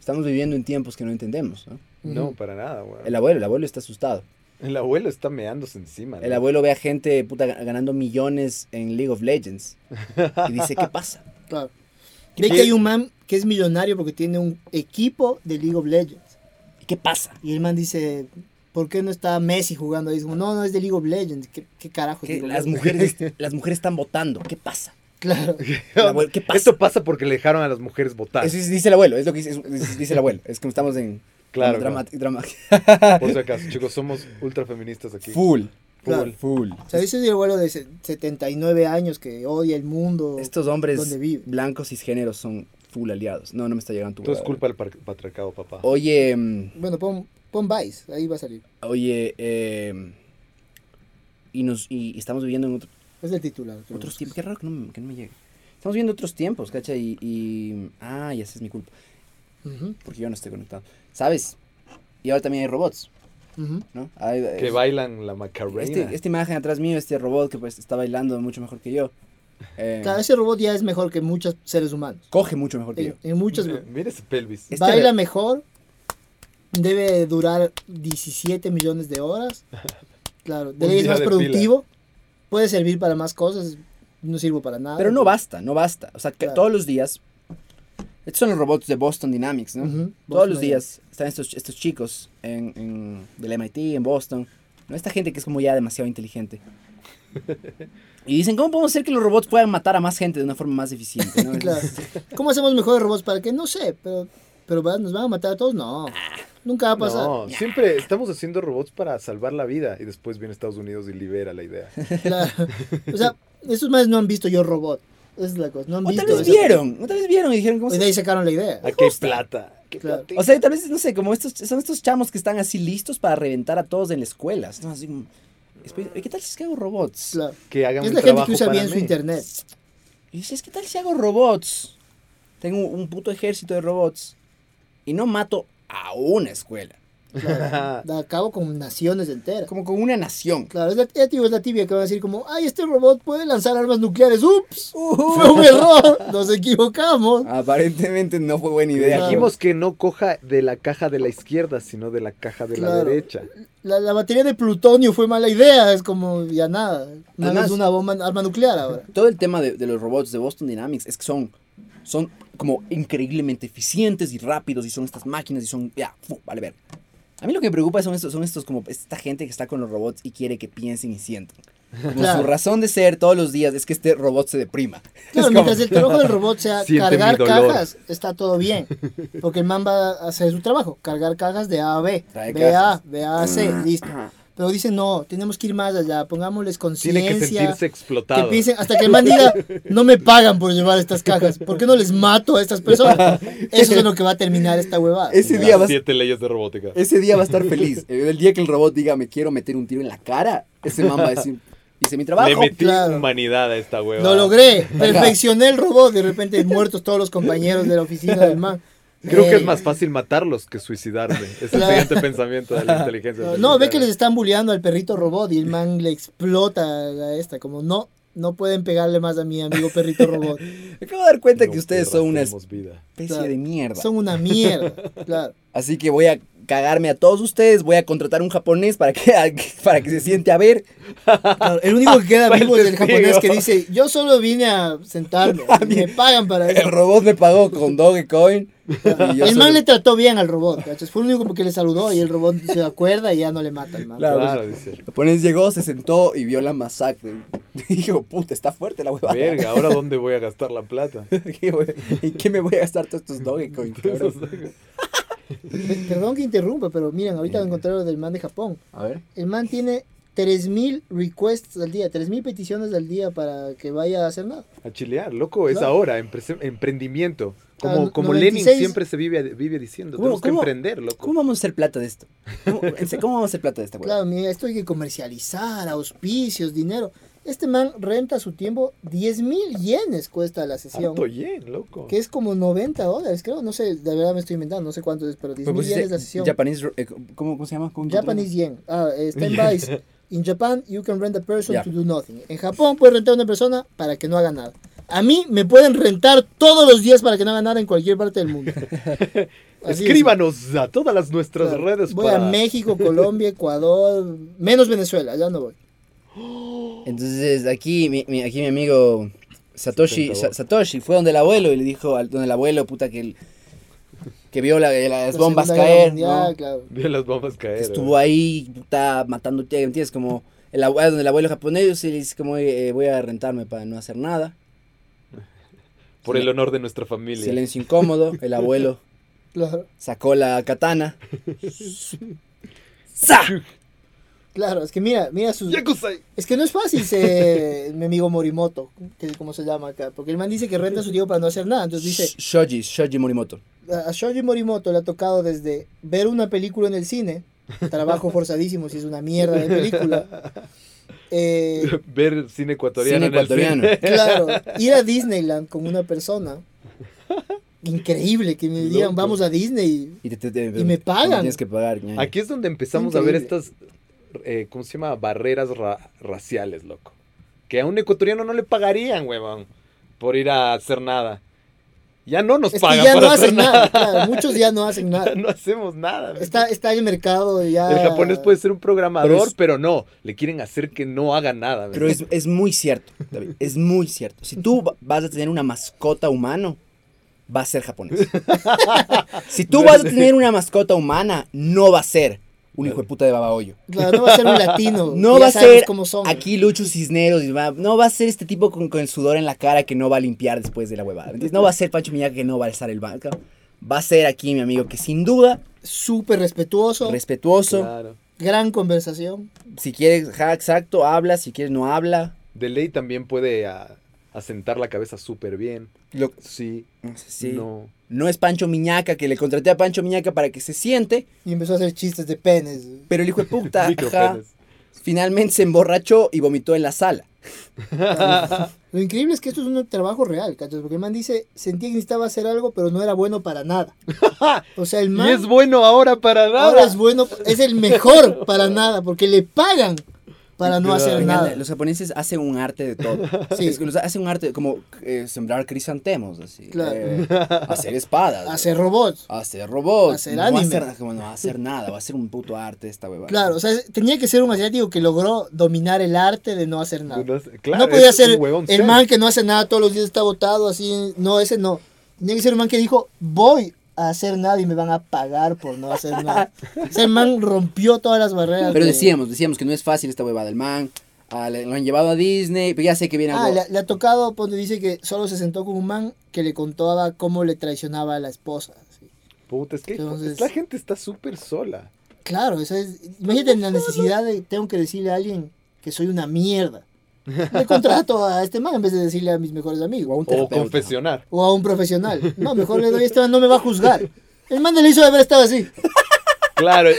Estamos viviendo en tiempos que no entendemos, ¿no?
No,
Ujú.
para nada, weón.
El abuelo, el abuelo está asustado.
El abuelo está meándose encima. ¿no?
El abuelo ve a gente puta, ganando millones en League of Legends y dice, ¿qué pasa?
Claro. Ve que hay un man que es millonario porque tiene un equipo de League of Legends.
¿Qué pasa?
Y el man dice, ¿por qué no está Messi jugando ahí? Es como, no, no es de League of Legends. ¿Qué, qué carajo? es
¿Qué-
League of
las,
Legends?
mujeres, las mujeres están votando, ¿qué pasa?
[laughs] Claro.
[laughs]
El abuelo, ¿Qué pasa?
Esto pasa porque le dejaron a las mujeres votar.
Eso es- dice el abuelo, es lo que dice, es- dice el abuelo. Es como estamos en
Claro,
como drama, drama-
[laughs]
Por si acaso, chicos, somos ultrafeministas aquí.
full,
Claro.
full.
O sea, ese es el abuelo de se- 79 años que odia el mundo.
Estos hombres
¿Dónde vive?
blancos cisgéneros son full aliados. No, no me está llegando tu
Todo es
huevada.
culpa del par- patriarcado, papá.
Oh,
Oye, mm,
Bueno, pon, pon Vice, ahí va a salir.
oye, eh, y nos y estamos viviendo en otro,
Es el titular. creo.
Otros tiempos. Qué raro que no, me- que no me llegue. Estamos viendo otros tiempos, ¿cacha? Y, y- Ah, y esa es mi culpa.
Ujú,
Porque yo no estoy conectado. ¿Sabes? Y ahora también hay robots,
ujú.
¿no? Hay-
Que
es-
bailan la Macarena.
este, Esta imagen atrás mío, este robot que pues está bailando mucho mejor que yo. eh,
Claro, ese robot ya es mejor que muchos seres humanos.
Coge mucho mejor que yo.
En, en muchas...
Eh, Mira ese pelvis.
Este
Baila
re-
mejor. Debe durar 17 millones
[laughs]
de horas. Claro, de
Un
ley es
día
más
de
productivo. Puede servir para más cosas. No sirvo para nada.
Pero no basta, no basta. O sea, que
Claro.
todos los días... Estos son los robots de Boston Dynamics, ¿no?
Ujú,
Todos
Boston
los días están estos, estos chicos en, en- del MIT, en Boston, ¿no? Esta gente que es como ya demasiado
[laughs]
inteligente. Y dicen, ¿cómo podemos hacer que los robots puedan matar a más gente de una forma más eficiente?
[laughs]
¿no?
Claro. ¿Cómo hacemos mejores robots para que? No sé, pero, pero va- nos van a matar a todos. No. Nunca va a pasar.
No, siempre estamos haciendo robots para salvar la vida y después viene Estados Unidos y libera la
[laughs]
idea.
Claro. O sea, esos más no han visto yo robot. Esa es la cosa. No han
O
visto.
tal vez
eso.
vieron, o tal vez vieron y dijeron, ¿cómo
Y
se
de ahí sacaron la idea.
Aquí hay plata. Qué
Claro.
platita.
O sea, tal vez, no sé, como estos, son estos chamos que están así listos para reventar a todos en la escuela. ¿no? Así como, "Espe- ¿Qué tal si es que hago robots?
Claro.
que hagan
Es
mi
la gente
trabajo
que usa
para
bien su
mí. [laughs]
internet.
Y dices, ¿qué tal si hago robots? Tengo un, un puto ejército de robots. Y no mato a una escuela.
Ah.
Da a cabo con naciones enteras.
Como con una nación.
Claro, es la, ya te digo, es la tibia que va a decir como, ay, este robot puede lanzar armas nucleares. Ups, fue un error, nos equivocamos.
Aparentemente no fue buena
Le
idea.
Claro.
dijimos que no coja de la caja de la izquierda, sino de la caja de la
Claro.
derecha.
La, la batería de plutonio fue mala idea, es como, ya nada. No
Además-
es una bomba, arma nuclear ahora.
Todo el tema de, de los robots de Boston Dynamics es que son, son como increíblemente eficientes y rápidos y son estas máquinas y son, ya, fu, vale ver. A mí lo que me preocupa son estos, son estos como esta gente que está con los robots y quiere que piensen y sientan. Como
Claro.
su razón de ser todos los días es que este robot se deprima.
Claro,
Es como-
mientras el trabajo del robot sea
[laughs] Siente mi
cargar
dolor.
cajas, está todo bien. Porque el man va a hacer su trabajo, cargar cajas de A a B,
Trae
B a A,
cajas.
B a C, listo. Pero dicen, no, tenemos que ir más allá, pongámosles conciencia.
Tiene que sentirse
Que
explotado.
piensen, hasta que el man diga, no me pagan por llevar estas cajas, ¿por qué no les mato a
[laughs]
estas personas? Eso es en lo que va a terminar esta huevada.
Ese
Las
día vas,
siete leyes de robótica.
Ese día va a estar feliz. [laughs] El, el día que el robot diga, me quiero meter un tiro en la cara, ese man va a decir, hice mi trabajo.
Le metí
Claro.
humanidad a esta hueva.
Lo logré, perfeccioné el robot, de repente muertos todos los compañeros de la oficina del man. Eh,
Creo que es
Ey.
más fácil matarlos que suicidarme. Es el
Claro.
siguiente pensamiento de la inteligencia
[laughs] No,
artificial.
No, ve que les están bulleando al perrito robot y el man le explota a esta, como no, no pueden pegarle más a mi amigo perrito robot.
Me acabo de dar cuenta
No
que ustedes son una
arrastremos vida.
especie de mierda.
Son una mierda, claro.
Así que voy a cagarme a todos ustedes, voy a contratar un japonés para que, [laughs] para que se siente a ver.
Claro, el único
[laughs]
que queda
Fue el
vivo es el
testigo.
japonés que dice, yo solo vine a sentarme,
[laughs]
me pagan para
El
eso.
robot me pagó con Dogecoin. y [laughs] yo
el man
solo-
le trató bien al robot, ¿cachas? Fue el único como que le saludó y el robot se acuerda y ya no le mata al man.
Claro.
Claro, dice.
El japonés llegó, se sentó y vio la masacre. [laughs] Dijo, puta, está fuerte la huevada.
Verga, ¿ahora dónde voy a gastar la
[laughs]
plata?
[laughs] ¿Qué voy- ¿En qué me voy a gastar [laughs] todos estos Dogecoin? cabrón?
Pe- Perdón que interrumpa, pero miren, ahorita me encontré lo del man de Japón.
A ver.
El man tiene 3.000 requests al día, 3.000 peticiones al día para que vaya a hacer nada.
[laughs] A chilear, loco, es
Claro.
ahora, empre- emprendimiento. Como,
Claro,
como
96.
Lenin siempre se vive, vive diciendo,
¿Cómo-
tenemos que
cómo-
emprender, loco.
¿Cómo vamos a hacer plata de esto? ¿Cómo, en serio, ¿cómo vamos a hacer plata de esta huevada?
Claro, mira, esto hay que comercializar, auspicios, dinero. Este man renta su tiempo, 10.000 yenes cuesta la sesión.
Harto yen, loco.
Que es como 90 dólares, creo. No sé, de verdad me estoy inventando, no sé cuánto es, pero 10.000
Pues, pues,
yenes
dice,
la sesión.
Japanese, eh, ¿cómo, cómo se llama? ¿Cómo encontré?
Japanese yen. Ah, está en Vice. In Japan, you can rent a person
Ya.
to do nothing. En Japón, puedes rentar a una persona para que no haga nada. A mí me pueden rentar todos los días para que no haga nada en cualquier parte del mundo. Así de
Escríbanos a todas las nuestras
Claro,
redes
Voy
para- [laughs]
a México, Colombia, Ecuador, menos Venezuela, allá no voy.
Entonces aquí mi, mi- aquí mi amigo Satoshi, Sa- Satoshi fue donde el abuelo y le dijo al donde el abuelo, puta, que, el- que vio la- las
La
bombas
Segunda Guerra
caer,
Mundial,
¿no?
claro.
Vio las bombas caer. ¿eh?
que estuvo ahí, puta, matando tigres, ¿entiendes? Como el abuelo, donde el abuelo japonés y le dice como "Eh, eh, voy a rentarme para no hacer nada.
¿eh? Por el honor de nuestra familia.
Silencio incómodo,
[laughs]
el abuelo
Claro,
sacó la katana. ¡Sa!
claro, es que mira, mira sus...
Yakusai.
Es que no es fácil ser
[laughs]
mi amigo Morimoto, que es como se llama acá, porque el man dice que renta a su tío para no hacer nada, entonces dice,
Shoji, Shoji Morimoto.
a a Shoji Morimoto le ha tocado desde ver una película en el cine,
[laughs]
trabajo forzadísimo si es una mierda de película,
[laughs]
eh,
Ver cine ecuatoriano.
Cine
en el cine.
ecuatoriano.
[laughs]
Claro, ir a Disneyland con una persona. Increíble que me digan,
Loco.
vamos a Disney.
Y, te- te- te-
Y me pagan.
Tienes que pagar. ña.
Aquí es donde empezamos a ver estas, eh, ¿cómo se llama? Barreras ra- raciales, loco. Que a un ecuatoriano no le pagarían, huevón, por ir a hacer nada. Ya no nos
Es que
pagan
ya
por
no
hacer
hacen nada,
nada.
claro, muchos ya no hacen nada.
[laughs] no hacemos nada.
Está, está el mercado ya.
El japonés pues. puede ser un programador,
Pero
pero,
es-
no, le quieren hacer que no haga nada.
Pero es, es muy cierto, David, es muy cierto. Si tú va- vas a tener una mascota humano, va a ser japonés. Si tú vas a tener una mascota humana, no va a ser un hijo de puta de babahoyo.
Claro, no va a ser un latino.
[laughs] No
Pues, ya
va a
sabes
ser
cómo son.
aquí Lucho Cisneros, y va- no va a ser este tipo con, con el sudor en la cara que no va a limpiar después de la huevada. ¿me entiendes? No va a ser Pancho Miñaca que no va a alzar el banco. Va a ser aquí mi amigo que sin duda,
Súper respetuoso.
respetuoso,
Claro.
gran conversación.
si quieres, ja, exacto, habla, si quieres no habla.
De ley también puede ah, asentar la cabeza súper bien.
Lo-
Sí,
sí.
no.
No es Pancho Miñaca, que le contraté a Pancho Miñaca para que se siente,
Y empezó a hacer chistes de penes.
[laughs]
pero el hijo de puta ajá,
Micropenes.
finalmente se emborrachó y vomitó en la sala.
Lo increíble es que esto es un trabajo real, ¿cachas? Porque el man dice, sentía que necesitaba hacer algo, pero no era bueno
[laughs]
para nada. O sea, el man...
Y es bueno ahora para nada.
Ahora es bueno, es el mejor para nada, porque le pagan para no
Claro.
hacer
Oigan,
nada.
Los japoneses hacen un arte de todo.
[laughs] Sí.
Es que los hacen un arte como eh, sembrar crisantemos, así.
Claro.
eh, hacer espadas.
Hacer robots.
hacer robots.
hacer
no
anime.
hacer- como no va a hacer nada, va a ser un puto arte esta huevada.
Claro, o sea, tenía que ser un asiático que logró dominar el arte de no hacer nada.
No
No,
hace- eh, claro,
podía
es
ser
un huevón
el
serio.
man que no hace nada todos los días está botado así, no, ese no. Tenía que ser un man que dijo, voy a hacer nada y me van a pagar por no
[laughs]
hacer nada. Ese man rompió todas las barreras.
Pero
de- Ah,
decíamos, decíamos que no es fácil esta huevada. El man ah, le- lo han llevado a Disney, pero ya sé que viene
Ah,
algo.
le, le ha tocado, donde dice que solo se sentó con un man que le contaba cómo le traicionaba a la esposa. así.
Puta, es que
Entonces-
la gente está súper sola.
Claro, o sea, es- imagínate la necesidad de tengo que decirle a alguien que soy
[laughs]
una mierda. Le contrato a este man en vez de decirle a mis mejores
O a un
amigos
O
terapeuta.
confesionar.
o a un profesional. No, mejor le doy este man, no me va a juzgar. El man le hizo de haber estado así.
Claro,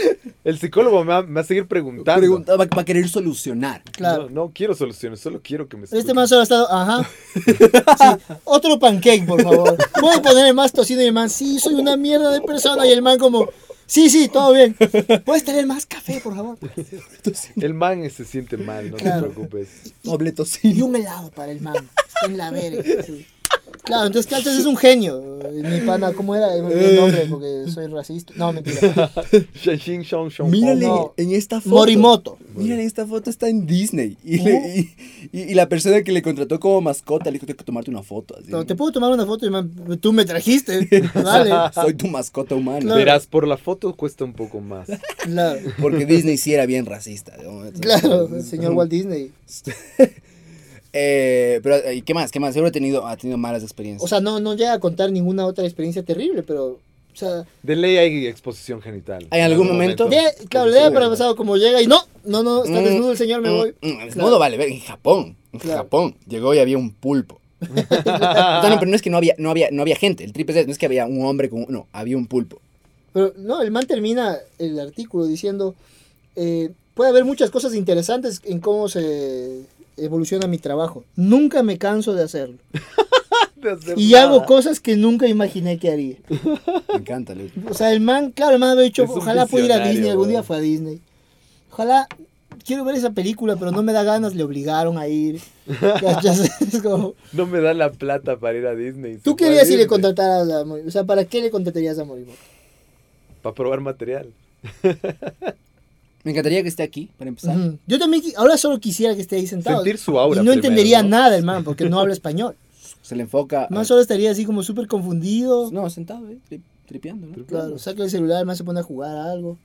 el psicólogo me va, me va a seguir preguntando.
Pregunta- va, va a querer solucionar.
Claro.
No, no quiero soluciones, solo quiero que me escuchen.
Este man solo ha estado, ajá. Sí, otro pancake, por favor. Voy a ponerle más tocino y el man, sí, soy una mierda de persona. Y el man como, sí, sí, todo bien. ¿Puedes tener más café, por favor?
El man se siente mal, no
Claro.
te preocupes.
Y un helado para el man. Está en la verga. sí. Claro, entonces Caltes es un genio. Mi pana, ¿cómo era el nombre? Porque soy racista. No, mentira.
Shanshin, shon, shon,
[laughs] Mírale
no.
en esta foto.
Morimoto.
Mira, esta foto está en Disney. Y, le- y- y- y la persona que le contrató como mascota le dijo: Tengo que tomarte una foto. así.
No, ¿Te puedo tomar una foto? Y el man, Tú me trajiste.
[laughs]
Vale.
Soy tu mascota humana.
Claro.
Verás, por la foto cuesta un poco más.
Claro,
Porque Disney sí era bien racista. ¿no?
[laughs]
pues,
claro, el señor Walt Disney.
Eh, pero, ¿y qué más? ¿Qué más? Seguro ha tenido, ha tenido malas experiencias.
O sea, no, no llega a contar ninguna otra experiencia terrible, pero. O sea,
De ley hay exposición genital.
¿En algún momento?
ya- claro, le da para pasado como llega y no, no, no,
Mm,
está
Mm,
desnudo el señor, me voy.
No, no mm, vale, ver, en Japón. En
Claro.
Japón. Llegó y había un
[laughs]
pulpo.
[laughs]
O sea, no, pero no es que no había, no había, no había gente. El triple es- no es que había un hombre con. No, había un pulpo.
Pero no, el man termina el artículo diciendo, eh, puede haber muchas cosas interesantes en cómo se evoluciona mi trabajo. Nunca me canso de hacerlo.
De hacer
Y
nada.
hago cosas que nunca imaginé que haría.
Me encanta, Luis.
O sea, el man, claro, el man había dicho,
Es un
ojalá pudiera ir a
visionario,
Disney, algún día
weón.
fue a Disney. Ojalá quiero ver esa película, pero no me da ganas, le obligaron a ir. ¿Cachas? Es como,
No me da la plata para ir a Disney.
Tú querías si le contrataras a Mori- O sea, ¿para qué le contratarías a Moribot?
Para probar material.
Me encantaría que esté aquí, para empezar.
Ujú. Yo también, qui- ahora solo quisiera que esté ahí sentado.
Sentir su aura.
y no
primero,
entendería nada, hermano, porque no habla español.
Se le enfoca.
Más
a-
solo estaría así como súper confundido.
No, sentado, eh, tri- tripeando, ¿no?
Claro, saca el celular, más se pone a jugar a algo.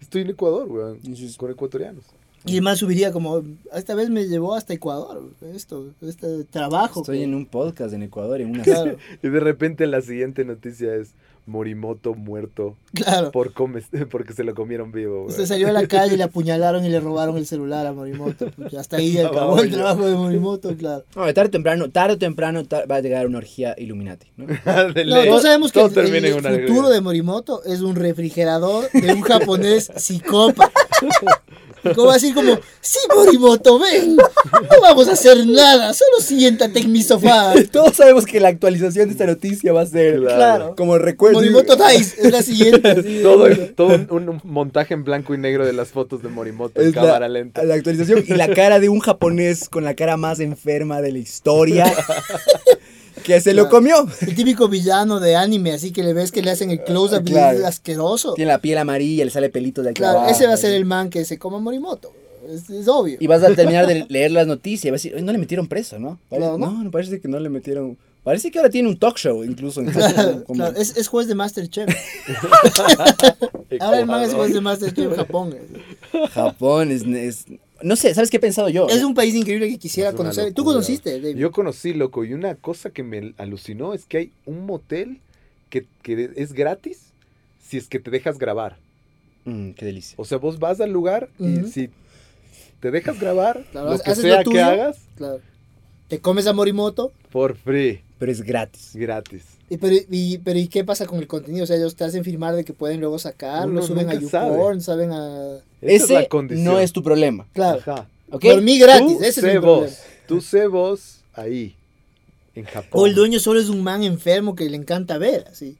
Estoy en Ecuador, weón.
Y sus-
Con ecuatorianos.
Y más subiría como, esta vez me llevó hasta Ecuador, esto, este trabajo.
Estoy
que-
en un podcast en Ecuador, en una.
Claro,
Y de repente la siguiente noticia es Morimoto muerto
claro.
por comes- [laughs] porque se lo comieron vivo, [laughs]
Se
weón.
salió a la calle, le apuñalaron y le robaron el celular a Morimoto. Pucha, Hasta
[laughs]
ahí acabó el
Caballo.
trabajo de Morimoto, claro.
[laughs] No, tarde o temprano, tarde o temprano tar- va a llegar una orgía Illuminati, ¿no?
De
No,
ley.
todos sabemos que
Todo
el,
termina
el
en una
futuro de Morimoto es un refrigerador de un
[laughs]
japonés psicópata. ¿Cómo va a decir como, sí, Morimoto, ven, no vamos a hacer nada, solo siéntate en mi sofá.
Pues
[laughs] Todos sabemos que la actualización de esta noticia va a ser
Claro.
como recuerdo.
Morimoto Dice es la siguiente. así.
todo
[laughs]
todo un, un montaje en blanco y negro de las fotos de Morimoto en
Es
cámara
la,
lenta.
la actualización y la cara de un japonés con la cara más enferma de
[laughs]
la historia que se lo
Claro.
comió.
El típico villano de anime, así que le ves que le hacen el close-up y
Claro.
es asqueroso.
Tiene la piel amarilla, le sale pelito de aquí
Claro,
abajo,
ese va a ser
así.
el man que se coma Morimoto. Es, es obvio.
Y vas a terminar de leer las noticias y vas a decir, "Oye, no le metieron preso, ¿no? Parece-
Claro, ¿no?
¿no? no, parece que no le metieron. Parece que ahora tiene un talk show incluso.
[laughs] Claro,
incluso como-
claro, es, es juez de Masterchef. Ahora
Ecuador.
el man es juez de Masterchef
[laughs]
en Japón.
Japón es, es- No sé, ¿sabes qué he pensado yo?
Es un país increíble que quisiera
Es una
conocer. Tú
locura.
conociste, David.
Yo conocí, loco, y una cosa que me alucinó es que hay un motel que, que es gratis si es que te dejas grabar.
Mm, qué delicia.
O sea, vos vas al lugar y
Ujú.
si te dejas grabar,
Claro,
lo que
haces lo
sea que
tuyo.
hagas,
Claro. Te comes a Morimoto.
for free,
Pero es gratis.
gratis.
Y, pero, y, pero ¿y qué pasa con el contenido? O sea, ellos te hacen firmar de que pueden luego sacar,
Uno
lo suben a
nunca sabe.
YouPorn, saben a...
Esa
ese
es la condición.
no es tu problema.
Claro.
Ajá.
¿Ok?
Dormí gratis,
tú
ese es
sé
mi problema.
vos, tú sé vos ahí, en Japón.
O el dueño solo es un man enfermo que le encanta ver, así.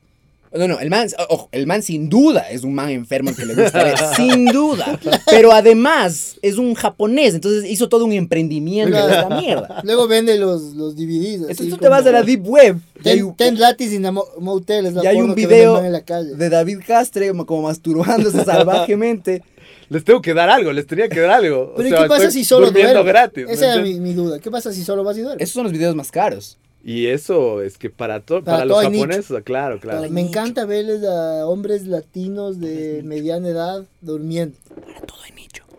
No, no, el man, ojo, el man sin duda es un man enfermo al que le gusta
[laughs]
ver, sin duda. Pero además es un japonés, entonces hizo todo un emprendimiento de esta mierda.
Luego vende los, los DVDs. así
Entonces tú te
como-
vas a la Deep Web. y hay
Ten,
un-
ten gratis y namo- motel es la
y hay
porno
un
que venden
video
en la calle.
de David Castre como, como [laughs] masturbándose salvajemente.
Les tengo que dar algo, les tenía que dar algo. O
[laughs] Pero ¿y
sea,
qué pasa
estoy
si solo
durmiendo
duermes?
gratis. ¿me
Esa era mi,
entiendes?
mi duda. ¿Qué pasa si solo vas y duermes?
Esos son los videos más caros.
Y eso es que para, to-
Para
para, los
todo hay nicho.
japoneses, claro, claro.
Me encanta verles a hombres latinos de mediana edad durmiendo.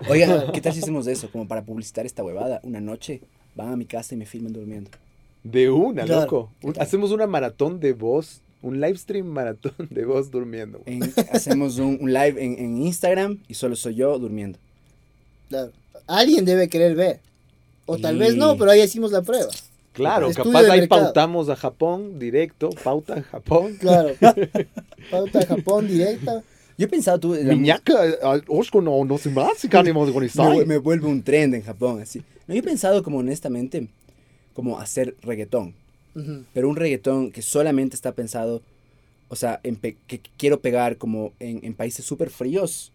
Oiga, ¿qué tal si hacemos eso? Como para publicitar esta huevada, una noche van a mi casa y me filman durmiendo.
De una,
Claro.
loco. Un- hacemos una maratón de voz, un live stream maratón de voz durmiendo. güey.
En- hacemos un, un live en, en Instagram y solo soy yo durmiendo.
Claro. Alguien debe querer ver. O tal
Y-
vez no, pero ahí hicimos la prueba.
Claro,
Estudio
capaz
de
ahí
mercado.
pautamos a Japón directo, pauta a
[laughs]
Japón.
Claro. Pauta a Japón directa.
Yo he pensado tú... en la música-
Miñaka, al- Oshko eh, no, no se más, se cambia de
me,
organizar.
vu- me vuelve un trend en Japón, así. No, yo he pensado como honestamente, como hacer reggaetón,
Ujú.
pero un reggaetón que solamente está pensado, o sea, en pe- que que quiero pegar como en, en países súper fríos,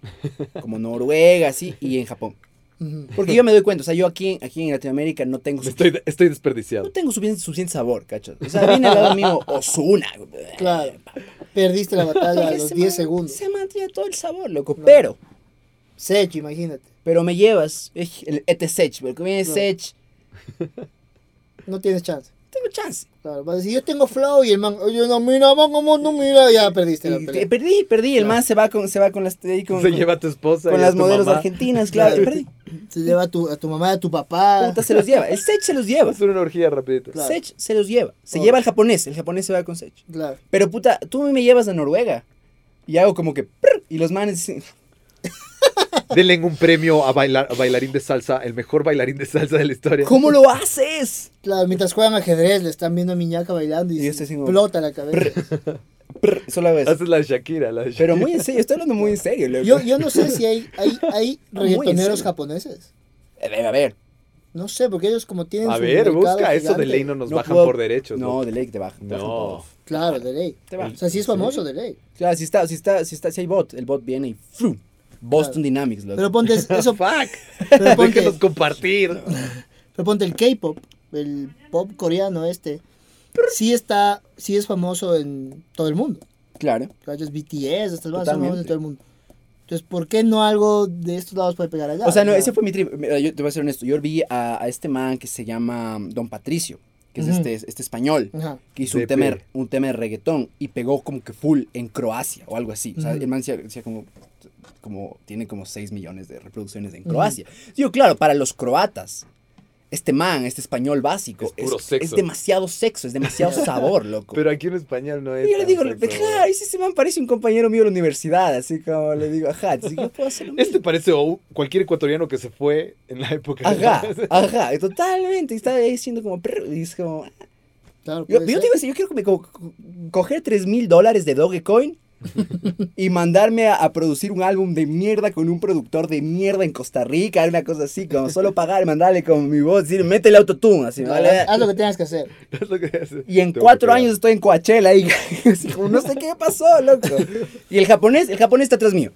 como Noruega, así, y en Japón.
Ujú.
Porque yo me doy cuenta, o sea, yo aquí, aquí en Latinoamérica no tengo,
Me
sufici-
Estoy, estoy
no
desperdiciado.
tengo suficiente, suficiente sabor, cacho. O sea, viene al
[laughs]
lado mío Osuna.
Claro.
[laughs]
Perdiste la batalla a los 10 segundos.
Se mantiene todo el sabor, loco. Pero,
Sech, imagínate.
pero me llevas, eh, el ETSECH, porque viene
Claro.
Sech,
No tienes chance.
tengo chance.
Claro. Vas a decir, yo tengo flow y el man, oye, no mira, man, cómo no mira. Ya perdiste la
Y
pelea.
te- perdí, perdí. El
Claro.
man se va con, se va con las, ahí con,
[laughs] Se
con-
lleva a tu esposa.
con
y a
las
tu
modelos
mamá.
argentinas, claro.
[laughs]
Claro.
Perdí.
Se lleva a tu, a tu mamá, a tu papá.
Puta, se los lleva. El Sech se los lleva.
Vamos a hacer una orgía rapidito.
Claro.
Sech se los lleva. Se
Oh.
lleva al japonés. El japonés se va con Sech.
Claro.
Pero puta, tú me llevas a Noruega. Y hago como que. prr, y los manes dicen.
Denle un premio a, bailar, a bailarín de salsa, el mejor bailarín de salsa de la historia.
¿Cómo lo haces?
Claro, mientras juegan ajedrez, le están viendo a Miñaca bailando
Y
y,
yo
se
estoy así como-
explota la cabeza.
Prr, solo hago eso.
Haces la Shakira, la Shakira.
Pero muy en serio, estoy hablando muy en serio. loco.
Yo, yo no sé si hay, hay, hay
[laughs] Muy en
reggaetoneros
serio.
japoneses.
A ver, a ver.
No sé, porque ellos como tienen
A
su
ver,
mercado
busca eso de
gigante.
ley, no nos bajan
puedo-
por derechos.
No,
loco.
de ley te bajan. te bajan
No.
[laughs] todo.
Claro, de ley.
Te bajan.
O sea, sí es famoso de ley.
Claro, si está, si está, si está, si hay bot, el bot viene y. ¡fru! Boston Dynamics, loco.
Pero
[laughs]
ponte eso.
Fuck.
Pero ponte,
Déjenos compartir.
pero ponte el K-pop, el pop coreano este. Sí está, sí es famoso en todo el mundo.
Claro.
Cachos, BTS, estas bandas son
Totalmente.
famosas en todo el mundo. Entonces, ¿por qué no algo de estos lados puede pegar allá?
O sea, no,
Ya.
ese fue mi trip. Mira, yo te voy a ser honesto. Yo vi a, a este man que se llama Don Patricio, que
Ujú.
es este, este español,
Ajá.
que hizo un
DP.
tema, de- un tema de reggaetón y pegó como que full en Croacia o algo así. O sea,
Ujú.
el man decía, decía como, como, tiene como 6 millones de reproducciones en
Ujú.
Croacia. Digo, claro, para los croatas, este man, este español básico,
Es puro sexo.
demasiado sexo,
[laughs]
es demasiado sabor, loco.
Pero aquí en español no es.
Y yo le
tan
digo,
sexo,
claro, ese ese man parece un compañero mío de la universidad, así como le digo, ajá, así que puedo hacer lo mismo.
Este [laughs] parece o- cualquier ecuatoriano que se fue en la época. de- [laughs]
Ajá, ajá, totalmente. Y Estaba ahí siendo como perro. Y es como. ah.
Claro,
Yo,
puede
yo
ser.
te digo así, yo quiero que me co- co- coger 3 mil dólares de Dogecoin y mandarme a, a producir un álbum de mierda con un productor de mierda en Costa Rica, una cosa así, como solo pagar, mandarle con mi voz, decir, mete el autotune, así,
Claro,
¿vale?
haz- Haz lo que tengas que hacer.
Es lo que hace.
Y en
Tengo que
cuatro
pegar.
años estoy en Coachella y [laughs] así como, no sé qué pasó, loco. Y el japonés, el japonés está atrás mío.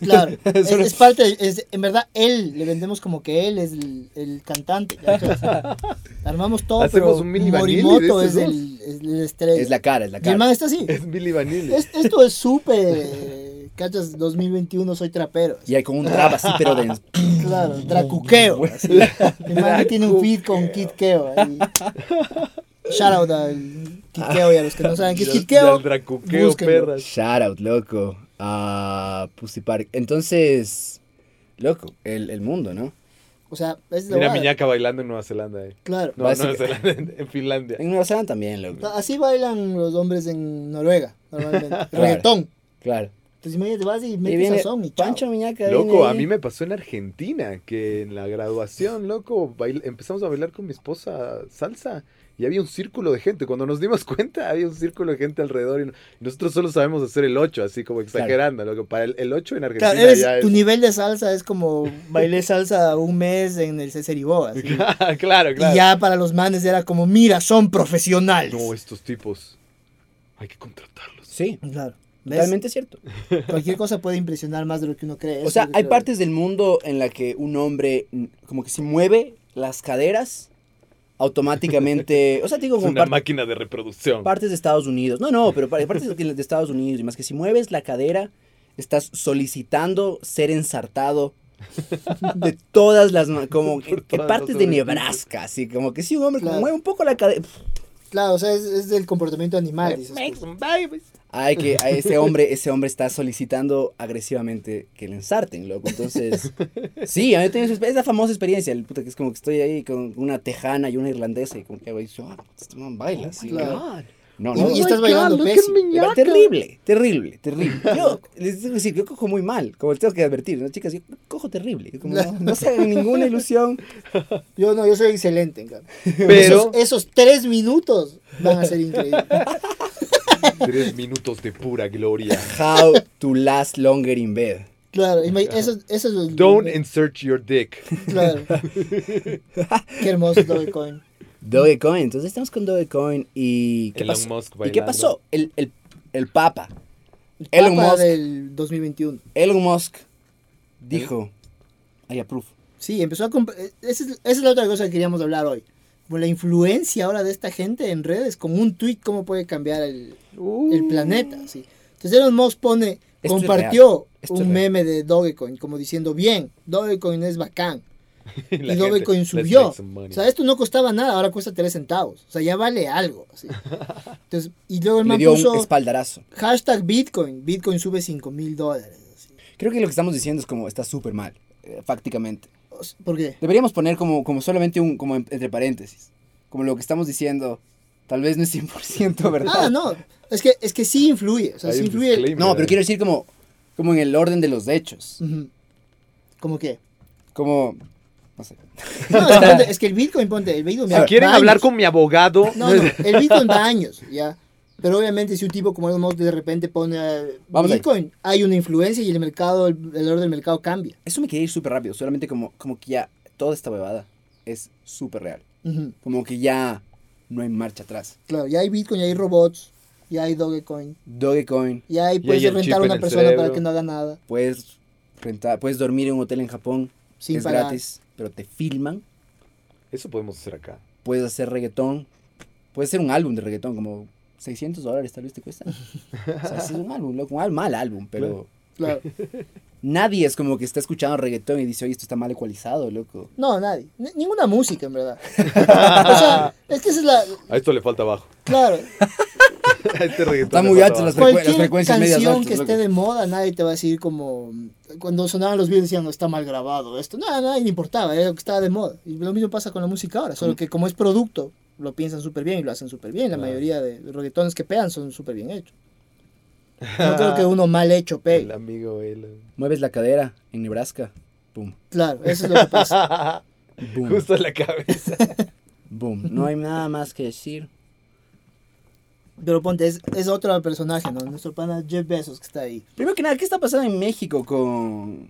Claro,
[laughs]
es,
Solo-
es parte, de- es, en verdad, él, le vendemos como que él es el, el cantante. ¿cachas?
[laughs]
Armamos todo,
Hacemos
pero
un Milli Vanilli
Morimoto
de
es
esos
el, es el estrella.
Es la cara, es la
Y el man
cara.
está así.
Es Billy Vanilli.
Es- esto es súper, eh, cachas, 2021 soy trapero.
Y hay como un trap así, pero denso.
Claro,
[laughs]
dracuqueo. así. El man tiene un feed con Kitkeo. ahí. Shout out al Kitkeo y a los que no saben qué es
Y al- y
Kitkeo.
al dracuqueo,
búsquenlo.
perras.
Shout out, loco, a Pussy Park. Entonces, loco, el, el mundo, ¿no?
O sea, es la
Mira a
huevada.
Miñaca bailando en Nueva Zelanda. eh.
Claro.
No,
Básica.
Nueva Zelanda, en en Finlandia.
En Nueva Zelanda también, loco.
Así bailan los hombres en Noruega, normalmente. Reggaetón.
Claro.
Entonces Pues imagínate, vas y
Y
metes
viene
sazón y chao.
Pancho Miñaca.
Loco, a mí
me...
me pasó en Argentina que en la graduación, loco, bail- empezamos a bailar con mi esposa salsa y había un círculo de gente. Cuando nos dimos [laughs] cuenta, había un círculo de gente alrededor y no- nosotros solo sabemos hacer el 8, así como exagerando, loco. Para el, el 8 en Argentina
Claro, eres-
ya es...
tu nivel de salsa es como bailé salsa un mes en el César
[laughs]
Iboa. así.
[laughs] claro, claro.
Y ya para los manes era como, mira, son profesionales.
No, estos tipos, hay que contratarlos.
Sí,
Claro. ¿Ves?
totalmente cierto.
Cualquier cosa puede impresionar más de lo que uno cree.
O sea, hay partes del mundo en la que un hombre mm, como que si mueve las caderas,
[laughs]
automáticamente... O sea, te digo
Es
como
una
parte...
máquina de reproducción.
partes de Estados Unidos. No, no, pero pa- partes de de Estados Unidos. Y más que si mueves la cadera, estás solicitando ser ensartado de todas las. ma- Como
[laughs]
que,
Por
que
todas
partes
las
de
orificios.
Nebraska, así como que si un hombre como
Claro.
mueve un poco la cadera. pf,
Claro, o sea, es, es del comportamiento animal. dices tú.
Hay que, a ese hombre, ese hombre está solicitando agresivamente que le ensarten, loco. Entonces, sí, a mí tengo es la famosa experiencia, el puta que es como que estoy ahí con una tejana y una irlandesa y como que hago y yo, ah, este man baila, así.
Claro.
No,
Y-
no,
y estás bailando pésimo.
Era Terrible, terrible, terrible. Yo les tengo que decir, yo cojo muy mal, como les tengo que advertir, ¿no, chicas? Yo cojo terrible. Como, no, no se hagan ninguna ilusión.
Yo no, yo soy excelente. en cambio.
Pero
Esos, esos tres minutos van a
[laughs]
ser increíbles.
tres minutos de pura
[laughs]
gloria.
How to last longer in bed.
Claro, ima- eso, eso es lo-
Don't insert your dick. [laughs]
Claro. Qué hermoso Dogecoin.
Dogecoin, entonces estamos con Dogecoin y... ¿Qué
Elon
pasó?
Musk
¿Y qué
bailando.
pasó? El, el, el Papa,
El
Elon
Papa
Musk.
del 2021.
Elon Musk, dijo, I approve.
Sí, empezó a comprar. Esa, es, esa es la otra cosa que queríamos hablar hoy. Como la influencia ahora de esta gente en redes, con un tweet, cómo puede cambiar el, el planeta. ¿sí? Entonces Elon Musk pone,
Uh. es
compartió
real, esto es real.
un meme de Dogecoin, como diciendo, bien, Dogecoin es bacán.
Y la
y
gente,
Dogecoin
"Let's
subió.
make some money".
O sea, esto no costaba nada, ahora cuesta 3 centavos. O sea, ya vale algo.
[laughs]
¿sí? Entonces, y luego el
Le
man
dio
puso
un espaldarazo.
hashtag Bitcoin. Bitcoin sube 5 mil dólares. así.
Creo que lo que estamos diciendo es como, está súper mal, eh, prácticamente.
O sea,
[laughs]
¿Por qué?
Deberíamos poner como, como solamente un, como en- entre paréntesis. Como lo que estamos diciendo, tal vez no es 100% verdad.
Ah, no. Es que, es que sí influye. O sea,
Hay
sí
un
influye. el-
disclaimer
No, pero
ahí.
quiero decir como, como en el orden de los hechos.
Ujú.
[laughs]
¿Cómo qué?
Como, no sé.
No, es, que, ponte- es que el Bitcoin, ponte, el Bitcoin
Si
va-
quieren
va
hablar
años.
con mi abogado,
No, no, el Bitcoin va años, ya. Pero obviamente si un tipo como Elon Musk de repente pone eh,
Vamos ahí.
Bitcoin, hay una influencia y el mercado, el el valor del mercado cambia.
Eso me quería ir súper rápido, solamente como, como que ya toda esta bebada es súper real.
Ujú.
Como que ya no hay marcha atrás.
Claro, ya hay Bitcoin, ya hay robots, ya hay Dogecoin,
Dogecoin,
ya hay puedes
el chip
rentar
en
a una
el
persona para
cerebro.
que no haga nada.
puedes rentar, puedes dormir en un hotel en Japón,
Sin
es
pagar.
gratis, pero te filman,
Eso podemos hacer acá.
puedes hacer reggaetón, puedes hacer un álbum de reggaetón, como 600 dólares tal vez te cuesta. o sea, sí es un álbum, loco, un al- mal álbum, pero
Claro.
Claro.
nadie es como que está escuchando reggaetón y dice, oye, esto está mal ecualizado, loco.
No, nadie. Ni- ninguna música, en
[laughs]
verdad. o sea, es que esa es la.
A esto le falta bajo.
Claro.
[laughs] A este reggaetón
Está
le
muy
falta
altas las
bajo.
frecu-
Cualquier
frecuencias medias
canción
altas,
que esté
loco.
de moda, nadie te va a decir como. Cuando sonaban los videos decían, no, está mal grabado esto. No, a nadie le importaba, era lo que estaba de moda. Y lo mismo pasa con la música ahora, solo que como es producto, lo piensan súper bien y lo hacen súper bien. La
Claro.
mayoría de los reggaetones que pegan son súper
[laughs]
bien hechos. No creo que uno mal
[laughs]
hecho
El
pegue.
amigo, él.
Mueves la cadera en Nebraska, boom,
Claro, eso es lo que pasa. [laughs]
boom,
[laughs] Justo en la cabeza.
boom. No hay nada más que decir.
Pero ponte, es, es otro personaje, ¿no? Nuestro pana Jeff Bezos que está ahí.
Primero que nada, ¿qué está pasando en México con,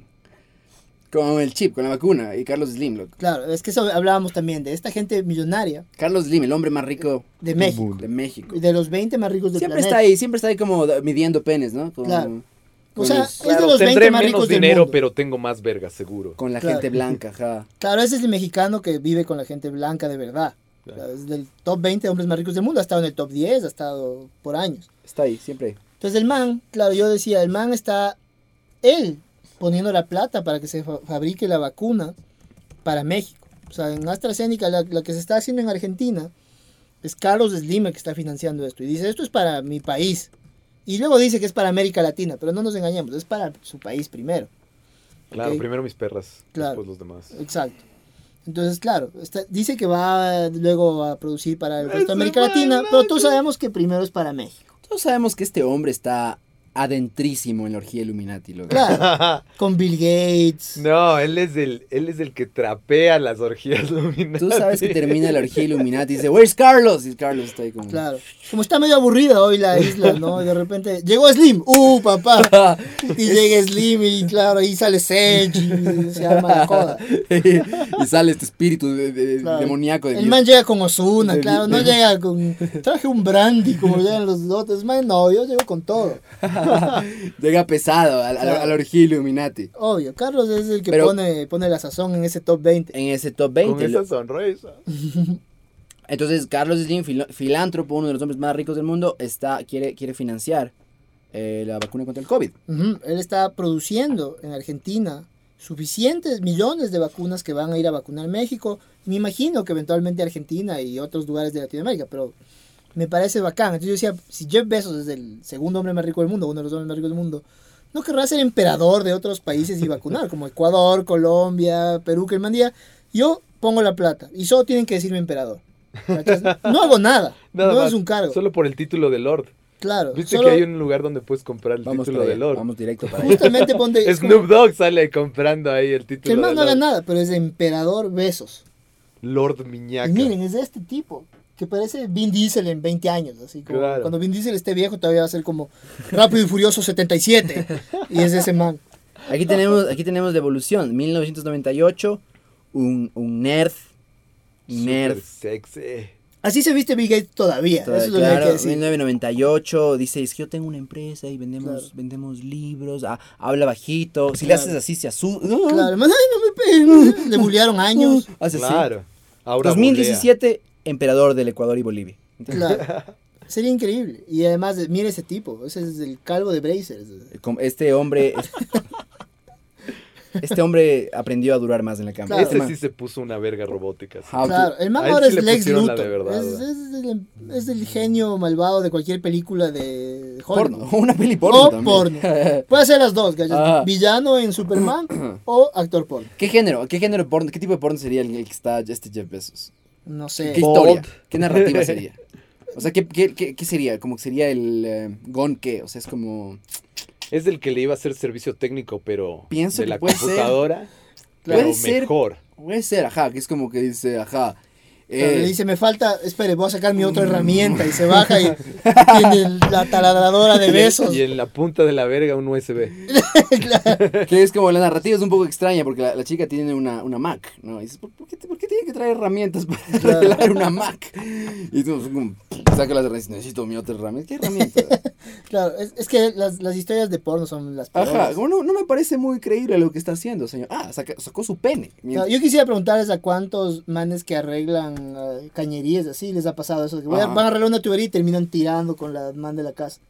con el chip, con la vacuna y Carlos Slim, loco?
Claro, es que eso hablábamos también de esta gente millonaria
Carlos Slim, el hombre más rico
de México.
de México.
De los 20 más ricos del
Siempre
planeta.
está ahí, siempre está ahí como da- midiendo penes, ¿no? Con,
Claro.
con
O sea,
los-
es de los 20
tendré
más
menos
ricos del
dinero,
mundo.
pero tengo más verga, seguro.
con la
Claro.
gente blanca, ajá.
Claro, ese es el mexicano que vive con la gente blanca de verdad.
Claro.
O sea, Es del top 20 de hombres más ricos del mundo, ha estado en el top 10, ha estado por años.
Está ahí, siempre.
Entonces el man, claro, yo decía, el man está él poniendo la plata para que se fa- fabrique la vacuna para México. O sea, en AstraZeneca, la, la que se está haciendo en Argentina, es Carlos Slim el que está financiando esto. Y dice, esto es para mi país. Y luego dice que es para América Latina, pero no nos engañemos, es para su país primero.
Claro,
Ok.
primero mis perras,
Claro.
después los demás.
Exacto. Entonces, claro, está- dice que va eh, luego a producir para el resto
Ese
de América
man,
Latina, pero todos sabemos que primero es para México.
Todos sabemos que este hombre está adentrísimo en la orgía Illuminati,
[laughs]
loco.
Claro, con Bill Gates.
no, él es el, él es el que trapea las orgías [laughs] luminosas.
Tú sabes que termina la orgía Illuminati y dice, ¿Where's Carlos? Y Carlos está ahí como... [laughs]
Claro. Como está medio aburrida hoy la isla, ¿no? De repente llegó Slim, ¡uh, papá! Y llega Slim y claro, ahí sale Sage y se arma la coda.
y sale este espíritu de- de-
Claro.
demoníaco de
El
Dios.
man llega con Osuna,
De-
claro, no
de-
llega con... Traje un brandy como llegan los dotes, man, no, yo llego con todo.
Llega pesado a, a la- a la orgía Illuminati.
Obvio, Carlos es el que
Pero-
pone, pone la sazón en ese top 20.
En ese top
Con
20.
esa
lo-
sonrisa.
Entonces, Carlos Slim, filo- filántropo, uno de los hombres más ricos del mundo, está, quiere, quiere financiar eh, la vacuna contra el COVID.
Ujú, Él está produciendo en Argentina suficientes millones de vacunas que van a ir a vacunar México. Me imagino que eventualmente Argentina y otros lugares de Latinoamérica, pero me parece bacán. Entonces yo decía, si Jeff Bezos es el segundo hombre más rico del mundo, uno de los hombres más ricos del mundo, no querrá ser emperador de otros países y vacunar, como Ecuador, Colombia, Perú, que el man diga, yo pongo la plata y solo tienen que decirme emperador. ¿Cachas? No hago nada,
[laughs] Nada
no
más,
es un cargo.
Solo por el título de Lord.
claro,
Viste
solo-
que hay un lugar donde puedes comprar el
Vamos,
título
para
de
allá,
Lord.
vamos directo
[laughs]
para allá.
justamente
[laughs]
ponte... es como-
Snoop Dogg sale comprando ahí el
Que
título
el man
de
no haga
Lord.
nada, pero es de emperador besos.
Lord
Y
Miñaca.
miren, es de este tipo. Que parece Vin Diesel en 20 años. Así como
Claro.
cuando Vin Diesel esté viejo, todavía va a ser como Rápido y Furioso 77. Y es de ese man.
Aquí tenemos, aquí tenemos la evolución. 1998, un, un nerd. un
Super
Nerd.
sexy.
Así se viste Bill Gates todavía.
Todavía,
Eso es lo que hay que
claro,
decir.
1998, dice, es que yo tengo una empresa y vendemos,
Claro.
vendemos libros, ah, habla bajito. Si
Claro.
le haces así, se asusta.
Claro, man, ay, no me peguen. Le bullearon años.
Hace así.
Claro. Ahora
2017, emperador del Ecuador y Bolivia.
Claro. Sería increíble. Y además, eh, mira ese tipo. Ese es el calvo de Brazers.
Com- Este hombre. [laughs] este hombre aprendió a durar más en la cama.
Claro.
Este
Este
man-
sí se puso una verga robótica. sí.
Ah, tú-
Claro, el man
a él
ahora
sí le
es Lex
pusieron la
Luthor.
de verdad,
Es,
¿verdad?
es el, es el genio malvado de cualquier película de Hollywood.
porno. [laughs] Una peli porno.
o
también.
porno. Puede ser las dos, gallas.
Ajá.
Villano
[clears throat]
en Superman o actor porno.
[laughs] ¿Qué género? ¿Qué género de porno? ¿Qué tipo de porno sería el, el que está este Jeff Bezos?
No sé.
¿Qué
Bot.
historia? ¿Qué narrativa sería? O sea, ¿qué, qué, qué, qué sería? Como que sería el eh, Gon qué? O sea, es como.
Es el que le iba a hacer servicio técnico, pero
Pienso
de
que
la
puede ser.
computadora,
Puede
pero
ser.
mejor.
Puede ser, ajá, que es como que dice, ajá.
Pero
Eh,
le dice, me falta, espere, voy a sacar mi otra herramienta. Y se
[laughs]
baja y tiene la taladradora Ah, de besos.
Y en la punta de la verga un USB.
Que es como la narrativa es un poco extraña porque la, la chica tiene una, una Mac, ¿no? Y dices, ¿por, por qué, por qué tiene que traer herramientas para revelar una Mac? Y tú pues, como, saca las herramientas, necesito mi otra herramienta. ¿Qué herramienta?
[laughs] Claro, es, es que las, las historias de porno son las peores.
Ajá, como no, no me parece muy creíble lo que está haciendo, señor. Ah, saca- sacó su pene.
Claro, yo quisiera preguntarles a cuántos manes que arreglan eh, cañerías así les ha pasado eso. Que voy a-
Ajá.
van a arreglar una tubería y terminan tirando con la man de la casa.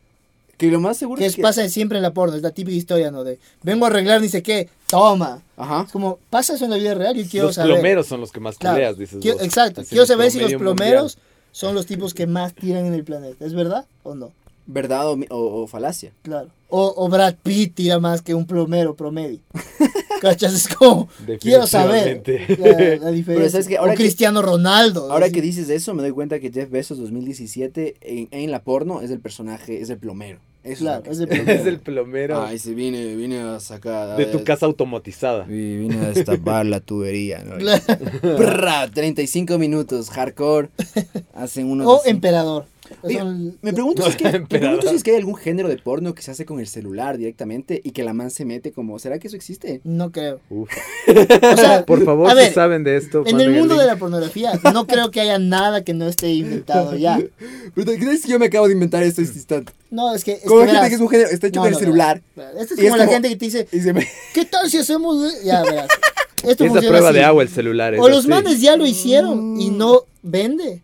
Que lo más seguro
Que
es
es,
que...
pasa siempre en la porno, es la típica historia, ¿no? De vengo a arreglar ni sé qué, toma.
Ajá.
Es como, pasa eso en la vida real, yo quiero
los
saber.
plomeros son los que más
Claro,
peleas, dices
quiero-
vos.
exacto,
Así
quiero
en el
saber si los
promedio
plomeros
mundial.
son los tipos que más tiran en el planeta. ¿Es verdad o no?
¿Verdad o, mi- o- o falacia?
Claro. O, o Brad Pitt tira más que un plomero promedio. ¿Cachas? Es como, quiero saber la,
Definitivamente. [laughs]
la diferencia.
¿sabes qué?
O
Ahora que-
Cristiano Ronaldo.
Ahora
así.
que dices eso, me doy cuenta que Jeff Bezos 2017 en, en la porno es el personaje, es el plomero. Eso
Claro,
es, lo que-
es el
[laughs]
plomero.
Es el plomero
Ay, sí, vine, vine a sacar...
de tu casa automatizada.
Y vine a destapar la tubería. ¿no?
[laughs] [laughs] Claro.
Prrra, 35 minutos, hardcore. Hacen unos.
O emperador.
Oye,
Son-
Oh, me pregunto, si es que, me
Emperador.
pregunto si es que hay algún género de porno que se hace con el celular directamente y que la man se mete como, ¿será que eso existe? [laughs]
No creo.
Uf.
O sea,
Por favor,
a
si
ver,
saben de esto.
en el mundo de la pornografía, no creo que haya nada que no esté inventado ya.
Pero ¿qué crees que yo me acabo de inventar esto este instante?
No, es que. es
Como
que
hay gente
verás-
que es un género, está hecho
No,
con el
no,
celular.
verás. Esta es
Y es
como la
como-
gente que te dice,
Y se me...
¿qué tal si hacemos.? de-?" Ya, verás.
[laughs]
Esto
Es la
funciona
prueba
así.
de agua el celular. es
O los
así.
manes ya lo hicieron
Mm.
y no vende.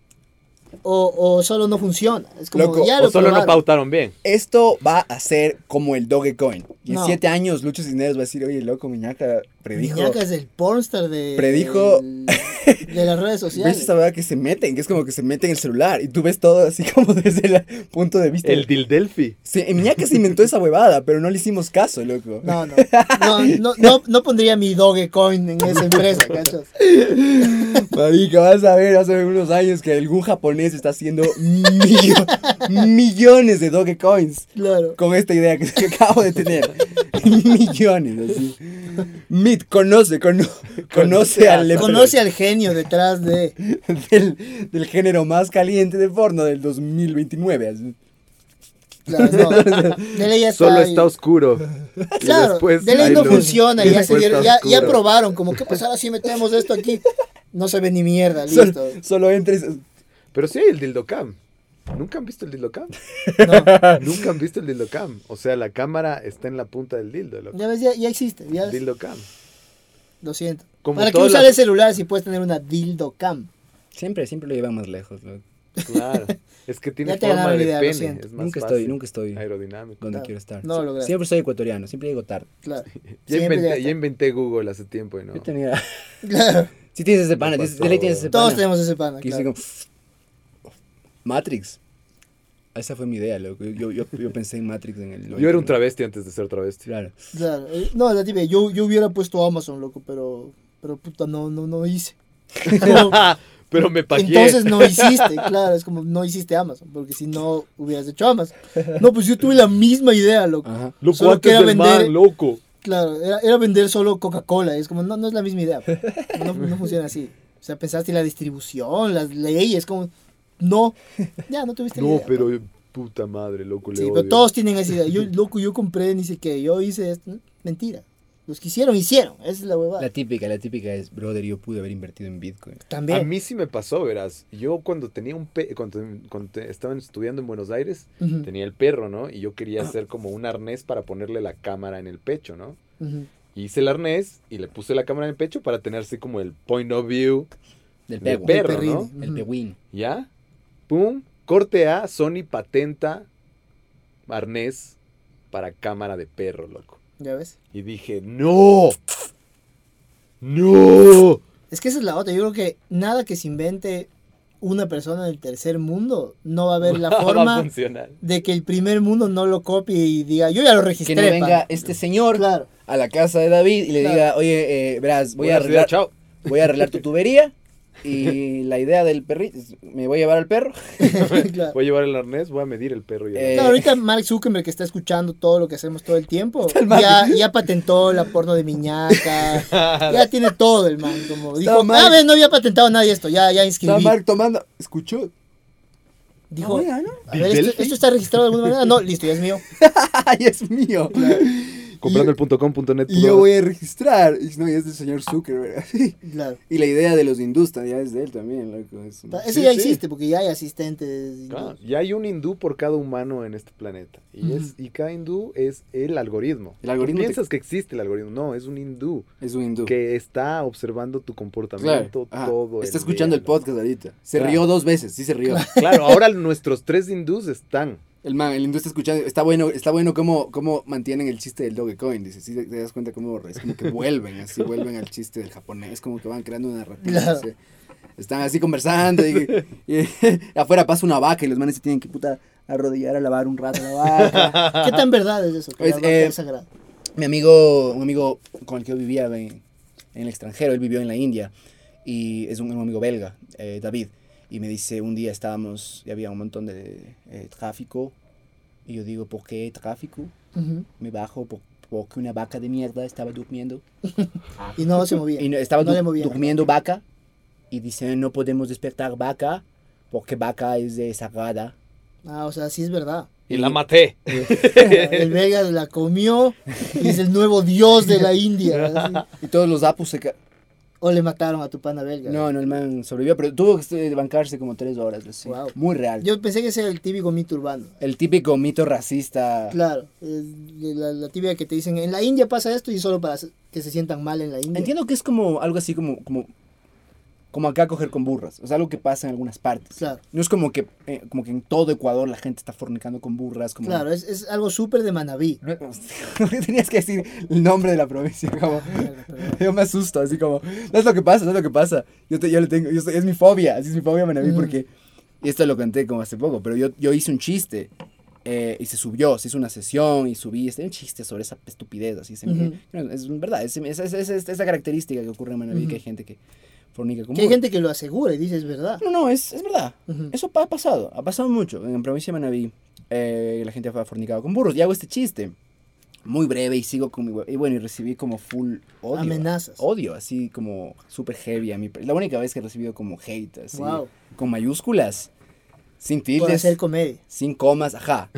O, o solo no funciona. Es como,
Loco,
ya
O
lo
solo no
probaron.
pautaron bien.
[laughs] Esto va a ser como el Dogecoin. Y en
No.
siete años, Luchos Dineros va a decir, oye, loco, Miñaca predijo.
Miñaca es el pornstar de.
Predijo-
del- de las
[laughs]
redes
¿Ves
sociales.
esa verdad que se meten? Que es como que se meten en el celular y tú ves todo así [laughs] como desde el punto de
Este,
vista.
El Dildelfi.
Sí, en Miñaca se inventó esa huevada, pero no le hicimos caso,
[laughs]
loco. [laughs]
No, no. No, no, no, no pondría mi Dogecoin en esa empresa, ¿cachas?
Marica, vas a ver hace unos años que algún japonés está haciendo millo- millones de Dogecoins
Claro.
con esta idea que, que acabo de tener. millones, así. Mit, conoce, cono- conoce al
Conoce al genio detrás de.
del, del género más caliente de porno del 2029. así.
Claro,
[laughs]
no. De ley ya está
Solo
ahí.
está
[laughs]
oscuro. Y
Claro,
después
de ley
hay
no
luz. [laughs]
funciona.
Y
Ya, se
después
dieron-
está
ya, ya
oscuro.
probaron, como, ¿qué pasará si metemos esto aquí? No se ve
[laughs]
ni mierda, Ah, listo.
Solo, solo entres.
Pero sí hay el dildocam. ¿Nunca han visto el
[laughs]
dildocam?
No.
Ah.
Nunca han visto el dildocam. O sea, la cámara está en la punta del dildo. loco.
Ya ves, ya, ya existe, ya
El
ves.
Dildocam.
Lo siento.
Como
¿Para qué
todas
usar
las-
el celular si puedes tener una dildo cam?
Siempre, siempre lo llevan más lejos. loco.
Claro. Es que tiene
Ya te
forma
ganaron
de
la idea, lo
pene.
siento.
Es más
Nunca estoy,
fácil.
nunca estoy
Aerodinámico.
donde
No,
quiero estar.
no lo logré.
siempre soy ecuatoriano, siempre llego tarde.
Claro.
Ya
Siempre
inventé,
ya
ya inventé Google hace tiempo y no.
Yo tenía.
[laughs]
Claro.
Si tienes ese pana,
Me
tienes,
pasó,
de ley tienes ese
Todos
pana.
tenemos ese pana.
Que
claro.
hice como, Matrix. Esa fue mi idea, loco. Yo, yo, yo pensé en Matrix en el.
Yo era un travesti antes de ser travesti. [laughs]
Claro.
Claro. Eh, No, la tibia, yo, yo hubiera puesto Amazon, loco, pero, pero puta, no, no,
[laughs]
no hice. [laughs] Como,
Ah, Pero me pagué.
entonces no hiciste, claro, es como no hiciste Amazon, porque si no hubieras hecho Amazon. No, pues yo tuve la misma idea, loco.
Ajá.
Loco,
solo
antes
quería
del
vender-
man, loco.
Claro, era, era vender solo Coca-Cola, es como, no, no es la misma idea. pues.
[laughs]
No, no funciona así. O sea, pensaste en la distribución, las leyes, como, no, ya, no tuviste
[laughs]
la
No,
idea, pues.
pero eh, puta madre, loco, le
este Sí,
odio.
pero todos tienen esa idea. Yo,
[laughs]
loco, yo compré, ni sé qué, yo hice esto. ¿no? Mentira. Los que hicieron, hicieron. Esa es la huevada.
La típica, la típica es, brother, yo pude haber invertido en Bitcoin.
A
También.
mí sí me pasó, verás. Yo cuando tenía un pe cuando, te- cuando te- estaba estudiando en Buenos Aires,
Ujú,
tenía el perro, ¿no? Y yo quería hacer como un arnés para ponerle la cámara en el pecho, ¿no?
ujú.
Hice el arnés y le puse la cámara en el pecho para tener así como el point of view,
Del
Del
pego.
perro,
perrín.
¿no?
El
Ujú.
peguín.
¿Ya? Pum, corte A, Sony patenta arnés para cámara de perro, loco.
¿Ya ves?
Y dije, ¡No! ¡No!
Es que esa es la otra. Yo creo que nada que se invente una persona del tercer mundo no va
[laughs]
a haber la
Va a
forma
funcionar.
de que el primer mundo no lo copie y diga, yo ya lo
Que
registré.
no venga
pa".
este señor
Claro.
a la casa de David y le
Claro.
diga, oye, eh, verás, voy
Buenas
a arreglar,
días, chao.
voy a arreglar tu tubería Y la idea del perrito, es, me voy a llevar al
[laughs]
perro.
[laughs] Claro.
Voy a llevar el arnés, voy a medir el perro. Y el-
Eh,
Claro, ahorita Mark Zuckerberg que está escuchando todo lo que hacemos todo el tiempo,
el man.
ya, ya patentó la porno de Miñaca,
[laughs]
ya tiene todo el man, como dijo,
Mark.
ah, ves, no había patentado nadie esto, ya, ya
Está
inscribí,
Mark tomando. Escuchó.
dijo,
Ah, bueno,
a ver, ¿esto,
Delphi.
esto está registrado de alguna manera? No, listo, ya es mío.
[laughs] Ay, es mío.
Comprando el punto com, punto net,
Y
punto
yo
org.
voy a registrar. Y no, y es del señor Zuckerberg. [laughs]
Claro.
Y la idea de los Industan ya es de él también, loco. es-
Eso
Sí,
ya
sí.
existe, porque ya hay asistentes.
Claro, Ah, y hay un hindú por cada humano en este planeta. Y, es, y cada hindú es el algoritmo.
El algoritmo
Tú piensas que existe el algoritmo. No, es un hindú
Es un hindú.
que está observando tu
Claro,
comportamiento
ajá.
todo.
Está escuchando el
día, ¿no?
podcast ahorita. Se
Claro.
rió dos veces, sí se rió.
Claro, ahora nuestros tres hindús están.
El man, el hindú está escuchando. Está bueno, está bueno cómo, cómo mantienen el chiste del Dogecoin. Dice, sí, te te das cuenta cómo es como que vuelven, así vuelven al chiste del japonés. Es como que van creando una narrativa.
Claro.
así. Están así conversando y, y [laughs] afuera pasa una vaca y los manes se tienen que puta arrodillar a lavar un rato la vaca.
¿Qué tan
[laughs]
verdad es eso?
Es,
Pues, Que la vaca
eh,
es sagrada.
mi amigo, un amigo con el que yo vivía en, en el extranjero, él vivió en la India y es un, un amigo belga, eh, David, y me dice, un día estábamos y había un montón de eh, tráfico y yo digo, ¿por qué tráfico?
Ujú.
Me bajo por- porque una vaca de mierda estaba durmiendo
Y no se movía.
y no- estaba
No
du-
le movían.
durmiendo vaca y dice, no podemos despertar vaca porque vaca es eh, sagrada.
Ah, o sea, sí
[laughs]
es verdad.
[laughs] Y la
[laughs] maté.
El Vega la comió y es el nuevo dios de la India. así.
[laughs] Y todos los apus se... ca-
O le mataron a tu pana belga.
No, no, el man sobrevivió, pero tuvo que eh, bancarse como tres horas. así.
Wow.
Muy real.
Yo pensé que ese era el típico mito urbano.
El típico mito racista.
Claro, es de la, la tibia que te dicen, en la India pasa esto y solo para se- que se sientan mal en la India.
Entiendo que es como algo así como, como, como acá coger con burras. Es algo que pasa en algunas partes.
Claro,
No es como que, eh, como que en todo Ecuador la gente está fornicando con burras. Como...
claro, es, es algo súper de Manabí.
[laughs] No- Tenías que decir el nombre de la provincia.
[laughs]
Como...
Verga, perdón.
Yo me asusto, así como, no es lo que pasa, no es lo que pasa. Yo, te- yo le tengo, yo soy- es mi fobia, así es mi fobia, Manaví,
Mm.
porque y esto lo conté como hace poco, pero yo, yo hice un chiste eh, y se subió, se hizo una sesión y subí, este, un chiste sobre esa estupidez, así se me-
Ujú.
no, es verdad, es, es- es- es- es esa característica que ocurre en Manaví, que hay gente que fornica como...
Que hay gente que lo asegura y dice, es verdad.
No, no, es, es verdad.
Ujú.
Eso pa- ha pasado, ha pasado mucho. En la provincia de Manaví eh, la gente ha fornicado con burros. Y hago este chiste muy breve y sigo con mi... hue- Y bueno, y recibí como full odio.
Amenazas.
Odio, así como super heavy a mi... per- La única vez que he recibido como hate, así,
Wow.
con mayúsculas, sin
Por
tildes,
hacer comedia.
sin comas,
[laughs]
ajá.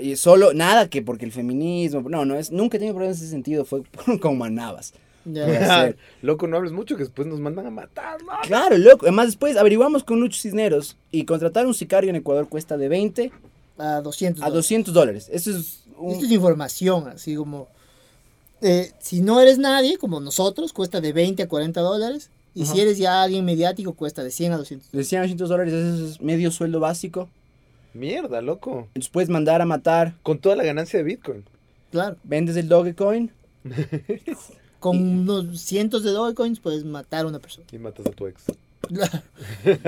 y solo, nada que porque el feminismo... No, no, es, nunca he tenido problemas en ese sentido, fue [laughs] con manabas.
Ya.
Por hacer-
Loco, no hables mucho que después nos mandan a matar. ¿no?
Claro, loco. Además, después averiguamos con Lucho Cisneros y contratar un sicario en Ecuador cuesta de 20
A 200.
a 200 dólares. Eso es un...
Esto es información, así como... eh, si no eres nadie, como nosotros, cuesta de 20 a 40 dólares. Y si
Ajá.
eres ya alguien mediático, cuesta de 100 a 200.
De 100 a 200 dólares, eso es medio sueldo básico.
Mierda, loco.
Los puedes mandar a matar.
Con toda la ganancia de Bitcoin.
Claro.
Vendes el Dogecoin.
Con unos cientos de Dogecoins puedes matar a una persona.
Y matas a tu ex.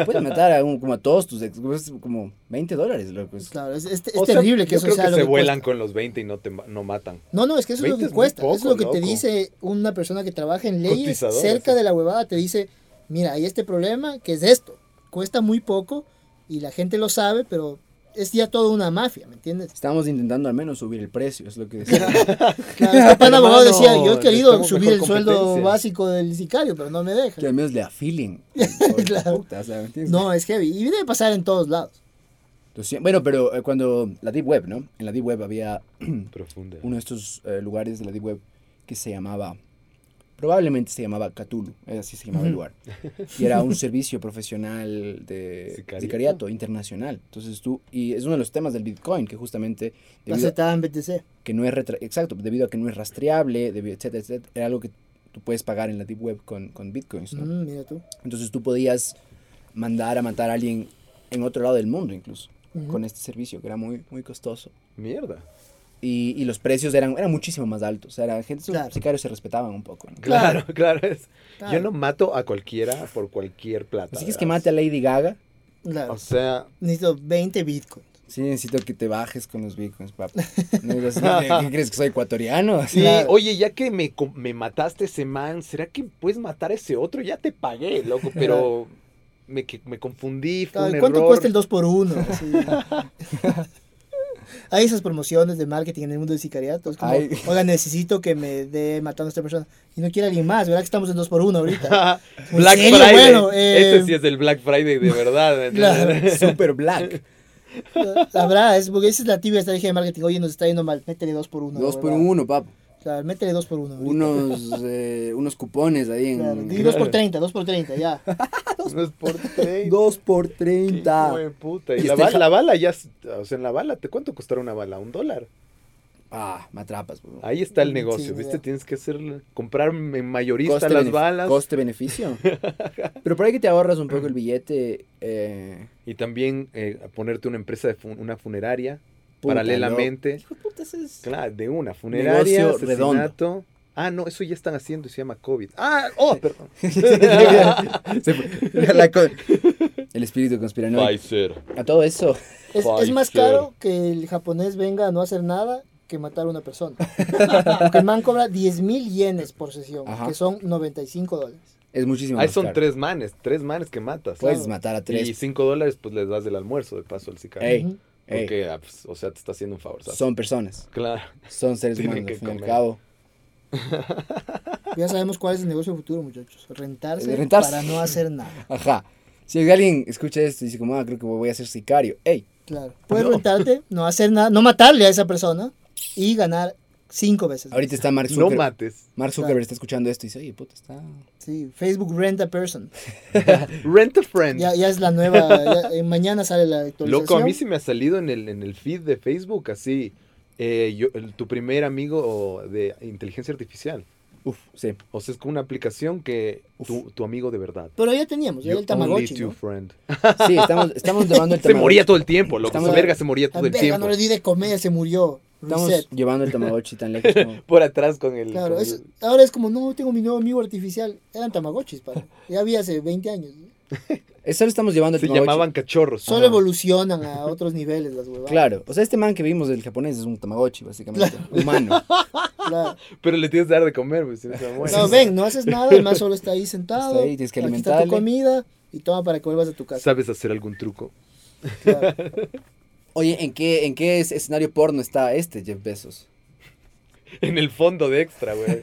Puedes matar a un- como a todos tus ex. es Como 20 dólares, loco. Es-
[laughs] Claro, es, es- es
O sea,
terrible que
yo
eso
creo
sea
que
lo
se
que
vuelan
cuesta.
con los 20 y no te ma- no matan.
No, no, es que eso es lo
20
que
es muy
cuesta. eso es lo
poco,
que te
loco.
dice una persona que trabaja en leyes
Cotizador,
cerca
así.
de la huevada. Te dice, mira, hay este problema que es esto. Cuesta muy poco y la gente lo sabe, pero es ya toda una mafia, ¿me entiendes?
Estamos intentando al menos subir el precio, es lo que decía.
[laughs]
Claro, este pan abogado
Hermano,
decía, yo he querido
necesitamos
subir
mejor
el sueldo
competencia.
básico del sicario, pero no me
que
deja.
al menos le
[laughs]
afilien.
Claro.
Puta, o sea, ¿me entiendes?
No, es heavy. Y debe pasar en todos lados.
200 bueno, pero eh, cuando la Deep Web, ¿no? En la Deep Web había
Profunda.
uno de estos eh, lugares de la Deep Web que se llamaba, probablemente se llamaba Cthulhu, eh, así se llamaba el
Ujú.
lugar. Y era un servicio profesional de
Sicariato.
sicariato internacional. Entonces tú, y es uno de los temas del Bitcoin, que justamente,
La
debido a
aceptada en BTC.
que no es, retra- exacto, debido a que no es rastreable, debi- etcétera, etcétera, era algo que tú puedes pagar en la Deep Web con, con Bitcoins,
Pues
¿no?
Mm, mira tú.
Entonces tú podías mandar a matar a alguien en otro lado del mundo incluso,
Ujú.
con este servicio, que era muy, muy costoso
Mierda.
y, y los precios eran, eran muchísimo más altos. O sea, la gente,
Claro.
los sicarios se respetaban un poco. ¿no?
Claro, [laughs] claro. Pues es-
Claro.
Yo no mato a cualquiera por cualquier plata.
Así que es
¿verdad?
que mate a Lady Gaga.
Claro.
O sea,
Necesito 20 bitcoins.
Sí, necesito que te bajes con los bitcoins,
[laughs]
papi. No digas, "No, ¿qué- ¿Qué crees que soy ecuatoriano?
Sí,
Claro.
oye, ya que me, co- me mataste ese man, ¿será que puedes matar a ese otro? Ya te pagué, [laughs] loco, pero me, que- me confundí, fue
Ay,
un
¿Cuánto
error.
cuesta el 2x1? [laughs] Hay esas promociones de marketing en el mundo del sicariato. es como,
Ay.
oiga, necesito que me dé matando a esta persona. Y no quiere alguien más, ¿verdad? Que estamos en 2x1 ahorita.
[laughs]
[laughs]
¿En
Black
serio?
Friday.
Bueno, eh,
Ese sí es el Black Friday de verdad. [laughs] ¿me entiendes?
Super
[laughs]
black.
La verdad, es porque esa es la tibia estrategia de marketing. Oye, nos está yendo mal, métele 2x1.
Dos por uno, papo.
Claro, métele 2x1.
Unos, eh, unos cupones ahí en.
Claro, di 2x30, 2x30,
[laughs]
ya.
[laughs] No es por trade.
Dos por
Qué
treinta.
hijo de puta. Y,
Y
la,
este
ba-
ja-
la bala ya, s- o sea, en la bala, ¿te cuánto costará una bala? ¿Un dólar?
Ah, me atrapas, bro.
Ahí está el
Sí,
negocio,
sí,
¿viste?
ya.
Tienes que hacer, comprar en mayorista las
benefi-
balas [laughs]
Coste-beneficio. Pero por ahí que te ahorras un poco el billete. eh,
y también eh, ponerte una empresa, de fun- una funeraria,
puta,
paralelamente.
loco. Hijo de puta, ese es-
Claro, de una, funeraria,
Negocio redondo.
asesinato. Ah, no, eso ya están haciendo y se llama COVID. Ah, oh, perdón.
[laughs] Se fue- [laughs] la co- el espíritu conspiranoico.
Pfizer.
A todo eso.
Es, es más
Pfizer.
caro que el japonés venga a no hacer nada que matar a una persona. [laughs] Porque el man cobra 10 mil yenes por sesión,
Ajá.
que son 95 dólares.
Es muchísimo.
Ahí
más
son
caro.
tres manes, tres manes que matas.
Puedes
claro.
matar a
Y
tres.
cinco dólares, pues les das del almuerzo de paso al sicario.
Ey,
Ujú.
ey,
Porque, ah, pues, o sea, te está haciendo un favor. ¿sabes?
son personas.
Claro.
Son seres
Tienen
humanos,
que
al fin y al
comer.
cabo.
Ya sabemos cuál es el negocio futuro, muchachos. Rentarse,
Eh, rentarse.
para no hacer nada.
Ajá. Si alguien escucha esto y dice, como, ah, creo que voy a ser sicario. Ey,
Claro. Puedes
No.
rentarte, no hacer nada, no matarle a esa persona y ganar cinco veces. más.
ahorita está Mark
No
Zuckerberg.
mates.
Mark Zuckerberg está escuchando esto y dice, oye, puta, está...
Sí, Facebook Rent a Person.
Rent a friend.
Ya, ya es la nueva. ya- eh, mañana sale la actualización.
Loco, a mí sí me ha salido en el, en el feed de Facebook así. eh, yo- el- tu primer amigo de inteligencia artificial.
Uf, sí.
O sea, es como una aplicación que tu, tu amigo de verdad.
Pero ya teníamos, ya
Your
era Pues el Tamagotchi.
only true
¿no?
friend.
Sí, estamos,
[laughs]
estamos llevando el
Se
Tamagotchi.
moría todo el tiempo, loco.
Estamos-
Esa verga se moría
La
todo el
Ah, verga,
tiempo.
no le di de comer, se murió.
Estamos
Reset.
llevando el Tamagotchi tan lejos
[laughs]
como...
Por atrás con el.
Claro,
con
es-
el-
ahora es como, no, tengo mi nuevo amigo artificial. Eran Tamagotchis, para. Ya había hace 20 años. ¿no?
Eso lo Eh, estamos llevando el
Se
Tamagotchi.
llamaban cachorros.
Solo
Ajá.
evolucionan a otros niveles las huevadas.
Claro. O sea, este man que vimos del japonés es un Tamagotchi, básicamente. Humano.
Claro.
Pero le tienes que dar de comer, pues, si no se muere.
No, ven, no haces nada, el man solo está ahí sentado.
Está ahí, tienes que
Aquí está tu
alimentarle.
comida y toma para que vuelvas a tu casa.
¿Sabes hacer algún truco? [laughs]
Claro.
Oye, ¿en qué, ¿en qué es- escenario porno está este Jeff Bezos?
En el fondo de extra,
[laughs]
güey.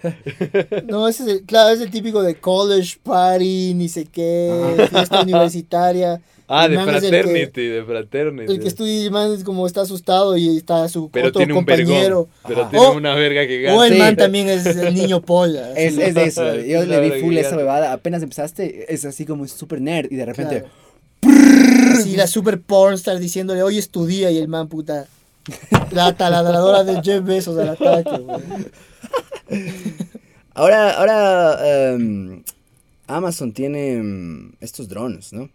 No, ese es el, claro, es el típico de college party, ni sé qué, fiesta universitaria.
Ah,
El
de
man es el que-
fraternity, de fraternity.
El que estudia y el man es como está asustado y está su
pero
otro
tiene un
compañero. Oh,
vergón. Pero
Ajá.
tiene
O-
una verga que gana.
O el
Sí.
man también es el
[laughs]
niño polla.
Es, es de eso. Yo le vi full
Claro,
esa bebada. Apenas empezaste, es así como super nerd y de repente...
Claro. Así la super pornstar diciéndole, hoy estudia y el man puta. La taladradora de Jeff Bezos al ataque, güey.
Ahora, ahora em, Amazon tiene em, estos drones, ¿no?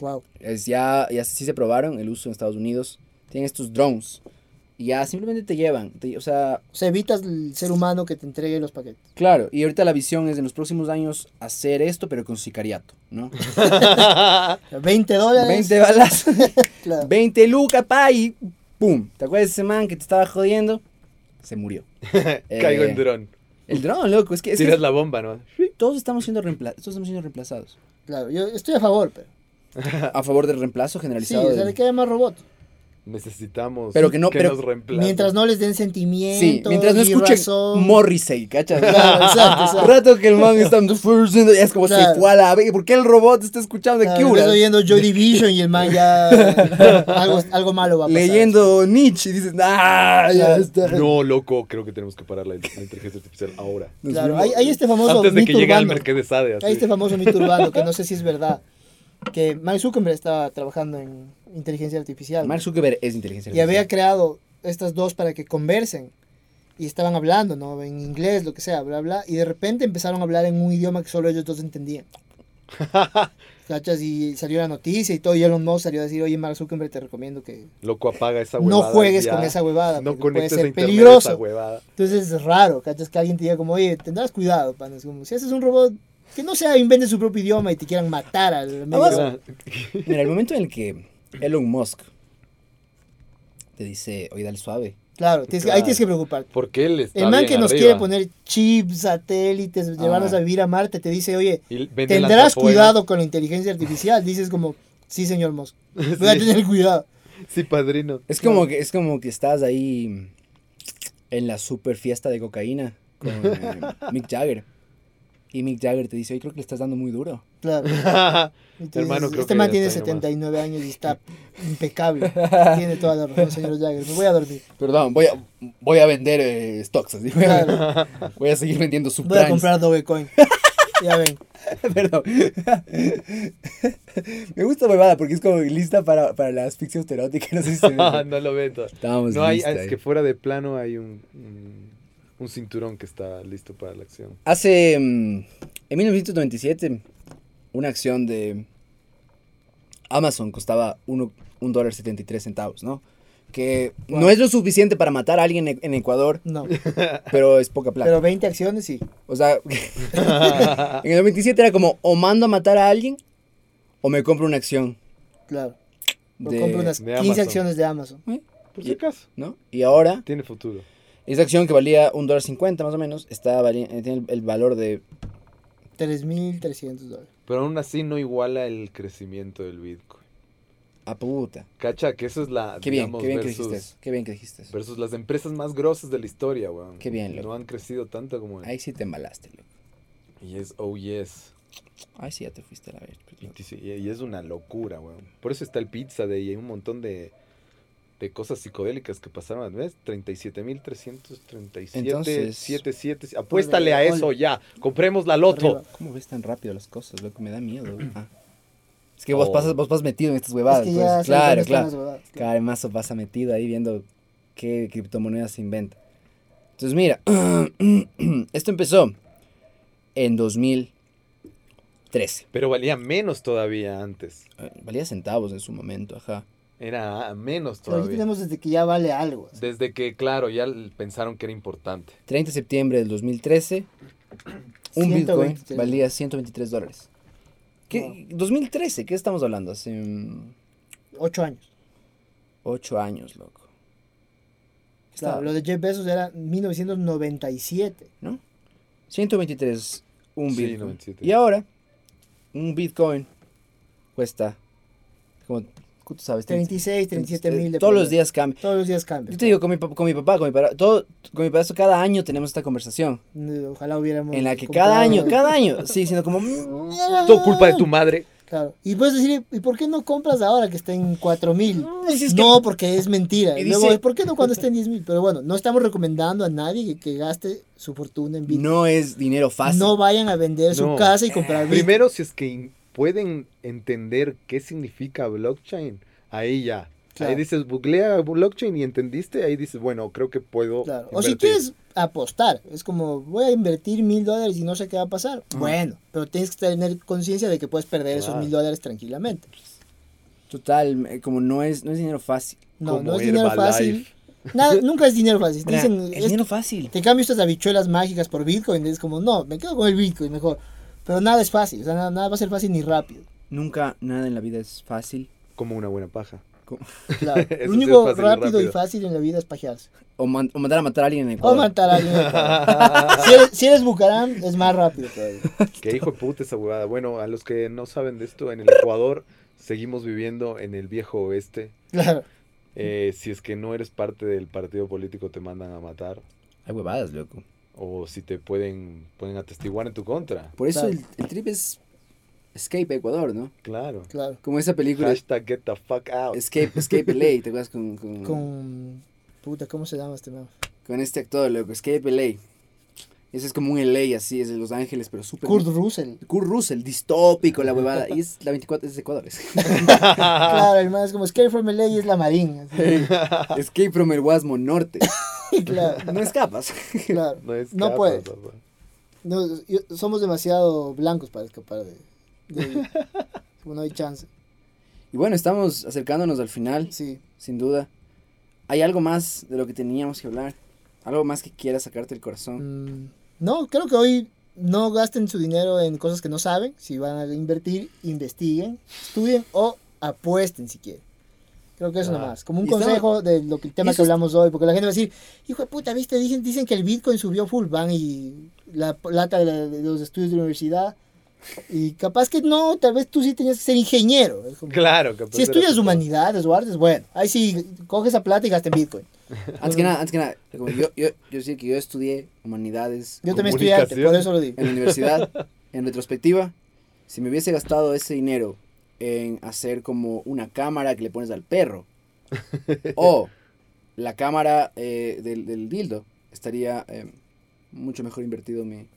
Wow.
Es ya, ya sí se probaron el uso en Estados Unidos. Tienen estos drones. Y ya simplemente te llevan. te- o sea,
O sea, evitas el ser humano que te entregue los paquetes.
claro. Y ahorita la visión es en los próximos años hacer esto, pero con sicariato, ¿no?
O sea, 20 dólares.
20 balas,
claro.
20 lucas, pa, y ¡pum! ¿Te acuerdas de ese man que te estaba jodiendo? Se murió.
[laughs] Caigo
Eh,
en dron.
El drone, loco. Es que, es que
Tiras la bomba, ¿no?
todos, estamos siendo reempla- todos estamos siendo reemplazados.
Claro, yo estoy a favor, pero.
A favor del reemplazo
Sí,
generalizado.
o sea,
del-
de que haya más robots.
Necesitamos
Pero que no- pero-
nos reemplacen.
Mientras no les den
Sí,
sentimientos.
mientras no
ni
escuchen
razón.
Morrissey, ¿cachas?
Claro, exacto,
[laughs]
exacto.
rato que el man está ya es como
Claro.
se fue a la ve- ¿Por qué el robot está escuchando de
Claro,
Cure?
estás oyendo Joy Division y el man
[laughs]
ya. algo, algo malo va a pasar.
Leyendo Nietzsche y dices, ¡ah! Ya
Claro. [laughs]
está.
No, loco, creo que tenemos que parar la, la inteligencia artificial ahora.
Nos
Claro,
vimos.
hay, hay este famoso
Antes de que
mito
llegue al
urbano.
mercado de Sade. así.
Hay este famoso mito urbano que no sé si es verdad. Que Mark Zuckerberg estaba trabajando en inteligencia artificial.
Mark Zuckerberg es inteligencia
y había
artificial.
creado estas dos para que conversen. Y estaban hablando, ¿no? En inglés, lo que sea, bla, bla. Y de repente empezaron a hablar en un idioma que solo ellos dos
[laughs]
entendían. ¿Cachas? Y salió la noticia y todo. Y Elon Musk salió a decir, oye, Mark Zuckerberg, te recomiendo que
Loco, apaga esa
no
huevada.
juegues
ya.
con esa huevada.
No
porque puede
conectes a
ser
internet esa
peligroso.
huevada.
Entonces es raro, ¿cachas? Que alguien te diga como, oye, tendrás cuidado, pan. Es como, si haces un robot que no sea, invente su propio idioma y te quieran matar al medio.
Mira, el momento en el que Elon Musk te dice, oye, dale suave.
Claro, tienes que- ahí
Claro.
tienes que preocuparte.
Porque él está
El man
bien
que nos
arriba.
quiere poner chips, satélites, llevarnos
Ah.
a vivir a Marte, te dice, oye,
Y vende
tendrás
lanzafuegos. [laughs]
cuidado con la inteligencia artificial. Dices como, sí, señor Musk, voy a tener cuidado.
Sí, padrino.
Es como que, es como que estás ahí en la super fiesta de cocaína con [laughs] eh, Mick Jagger. Y Mick Jagger te dice, oye, creo que le estás dando muy duro.
Claro.
Pero
Entonces,
Hermano, creo
este
que
man
ya
tiene
está ahí nomás.
79 años
[laughs]
y está impecable. tiene toda la razón, señor Jagger. Me voy
[laughs]
a dormir.
Perdón, voy a, voy a vender eh, stocks. así, voy, a,
Claro,
[laughs]
[laughs]
voy a seguir vendiendo
voy a
subprimes.
comprar Dogecoin. Ya ven.
[laughs] Perdón. [laughs] Me gusta huevada porque es como lista para, para la asfixia erótica. No sé [laughs] si se ve.
[laughs] no lo veo.
Estábamos
No hay,
lista
es
ahí.
que fuera de plano hay un, un, un cinturón que está listo para la
[laughs]
acción.
Hace. mm, En 1997, una acción de Amazon costaba 1 dólar 73 centavos, ¿no? Que no es lo suficiente para matar a alguien en en Ecuador,
No.
pero es poca plata.
Pero 20 acciones sí.
O sea, [laughs] en el 97 era como: o mando a matar a alguien, o me compro una acción.
Claro. O
De,
compro unas
de
15
Amazon.
acciones de Amazon.
Por si acaso,
¿no? Y ahora,
tiene futuro.
esa acción que valía 1 dólar 50 más o menos, está vali- eh, tiene el, el valor de.
3.300 dólares.
Pero aún así no iguala el crecimiento del Bitcoin.
¡A ah, puta!
Cacha, que eso es la.
Qué bien,
digamos,
qué bien que
versus,
dijiste eso. Qué bien que dijiste eso.
versus las empresas más grosas de la historia, weón.
Qué bien, loco.
No han crecido tanto como.
Ahí sí te embalaste, loco.
Y es, oh yes.
Ay, sí, ya te fuiste a la verga.
Y, te- y- y es una locura, weón. Por eso está el Pizza Day y hay un montón de, de cosas psicodélicas que pasaron. ¿Ves? 37.337.
Entonces-
77. Apuéstale a
Ponle-
eso ya. Compremos la loto.
Arriba.
¿Cómo ves tan rápido las cosas, loco? Me da [clears throat] miedo. Ah. Es que vos,
Oh.
pasas, vos vas metido en estas huevadas.
pues,
es que ya
entonces,
sé dónde
claro,
están
claro.
las huevadas.
Cada vez más vas a metido ahí viendo qué criptomonedas se inventa. Entonces, mira, [clears throat] esto empezó en 2013.
Pero valía menos todavía antes.
Eh, Valía centavos en su momento, ajá.
Era menos
Pero ahorita
todavía.
tenemos desde que ya vale algo. así.
Desde que, claro, ya l- pensaron que era importante.
30 de septiembre del 2013, un Bitcoin
123.
valía 123 dólares. ¿Qué, 2013, ¿qué estamos hablando? Hace mm,
Ocho años.
ocho años, loco. ¿Qué
Claro,
estaba-
lo de Jeff Bezos era 1997.
¿no? 123 un
Sí,
Bitcoin.
97.
Y ahora, un Bitcoin cuesta, como tú sabes,
36, 37 mil.
Este, Todos los días cambia.
Todos los días cambia.
Yo te digo, con mi, pa- con mi papá, con mi papá, todo, con mi papá, cada año tenemos esta conversación.
Mm, Ojalá hubiéramos.
En la que
comprado-
cada
Ah.
año, cada año, sí, sino como... mm,
Todo culpa de tu madre.
Claro. Y puedes decir, ¿y por qué no compras ahora que está en 4 mil?
y si es que-
No, porque es mentira.
Y
Y luego,
dice-
¿por qué no cuando esté en 10 mil? Pero bueno, no estamos recomendando a nadie que, que gaste su fortuna en Bitcoin.
no es dinero
No,
fácil.
vayan a vender su
No.
casa y comprar Bitcoin.
Primero, si es que in- pueden entender qué significa blockchain, ahí ya.
Claro.
Ahí dices, googlea blockchain y entendiste, ahí dices, bueno, creo que puedo.
Claro. O si
invertir".
quieres apostar, es como voy a invertir mil dólares y no sé qué va a pasar. Bueno, pero tienes que tener conciencia de que puedes perder esos
Claro.
mil dólares tranquilamente.
Total, eh, como no es, no es dinero fácil.
No,
Como
no es dinero fácil.
Herbalife. [laughs]
Nada, nunca es dinero fácil.
Mira,
Dicen,
es
es-
dinero fácil.
te cambio estas habichuelas mágicas por Bitcoin. Es como, no, me quedo con el Bitcoin mejor. Pero nada es fácil, o sea, nada, nada va a ser fácil ni rápido.
Nunca nada en la vida es fácil.
Como una buena
[laughs]
paja.
Claro.
[laughs] Eso sí
Lo único
es fácil y
rápido, y
rápido.
fácil en la vida es
[laughs]
pajearse.
O, man- o mandar a matar a alguien en
O
Ecuador.
matar a alguien. si, eres, si eres Bucaram, es más rápido todavía.
Que hijo de puta esa huevada. Bueno, a los que no saben de esto, en el Ecuador seguimos viviendo en el viejo oeste.
Claro.
Eh, si es que no eres parte del partido político, te mandan a matar.
Hay huevadas, loco.
O si te pueden, pueden atestiguar en tu contra.
Por eso
Claro.
el, el trip es Escape Ecuador, ¿no?
Claro.
Claro.
Como esa película
Hashtag get the fuck out.
Escape, Escape LA, ¿te acuerdas con,
Mm.
con, con...
Con. Puta, ¿cómo se llama este man?
este actor, loco? Escape LA. Ese es como un LA así, es de Los Ángeles, pero súper...
Kurt Russell.
Kurt Russell, distópico, la huevada. Y es la 24, es de Ecuador. es.
[laughs] Claro, el man es como Scary from LA y es la marina. así. [laughs]
Escape from el Guasmo Norte.
claro,
No escapas.
claro.
No, es
No
capa,
puedes.
papá.
No, yo- somos demasiado blancos para escapar de. de- como no hay chance.
Y bueno, estamos acercándonos al final,
Sí.
sin duda. ¿Hay algo más de lo que teníamos que hablar? ¿Algo más que quiera sacarte el corazón?
Mm, no, creo que hoy no gasten su dinero en cosas que no saben. Si van a invertir, investiguen, estudien o apuesten si quieren. Creo que eso
Ah.
nomás. Como un
Y estaba-
consejo de lo que, el tema
y eso
que
es-
hablamos hoy. Porque la gente va a decir, hijo de puta, viste, dicen, dicen que el Bitcoin subió full van y la plata de, la- de los estudios de la universidad. Y capaz que no, tal vez tú sí tenías que ser ingeniero. Es como-
Claro, capaz
si
era
estudias
tipo-
humanidades o artes, bueno, ahí sí coges esa plata y gastas en Bitcoin.
Antes que nada, antes que nada, como yo, yo, yo decir que yo estudié humanidades
Yo también estudié arte,
Comunicación.
por eso lo digo.
en la
[laughs]
universidad, en retrospectiva, si me hubiese gastado ese dinero en hacer como una cámara que le pones al perro,
[laughs]
o la cámara eh, del, del dildo, estaría eh, mucho mejor invertido mi...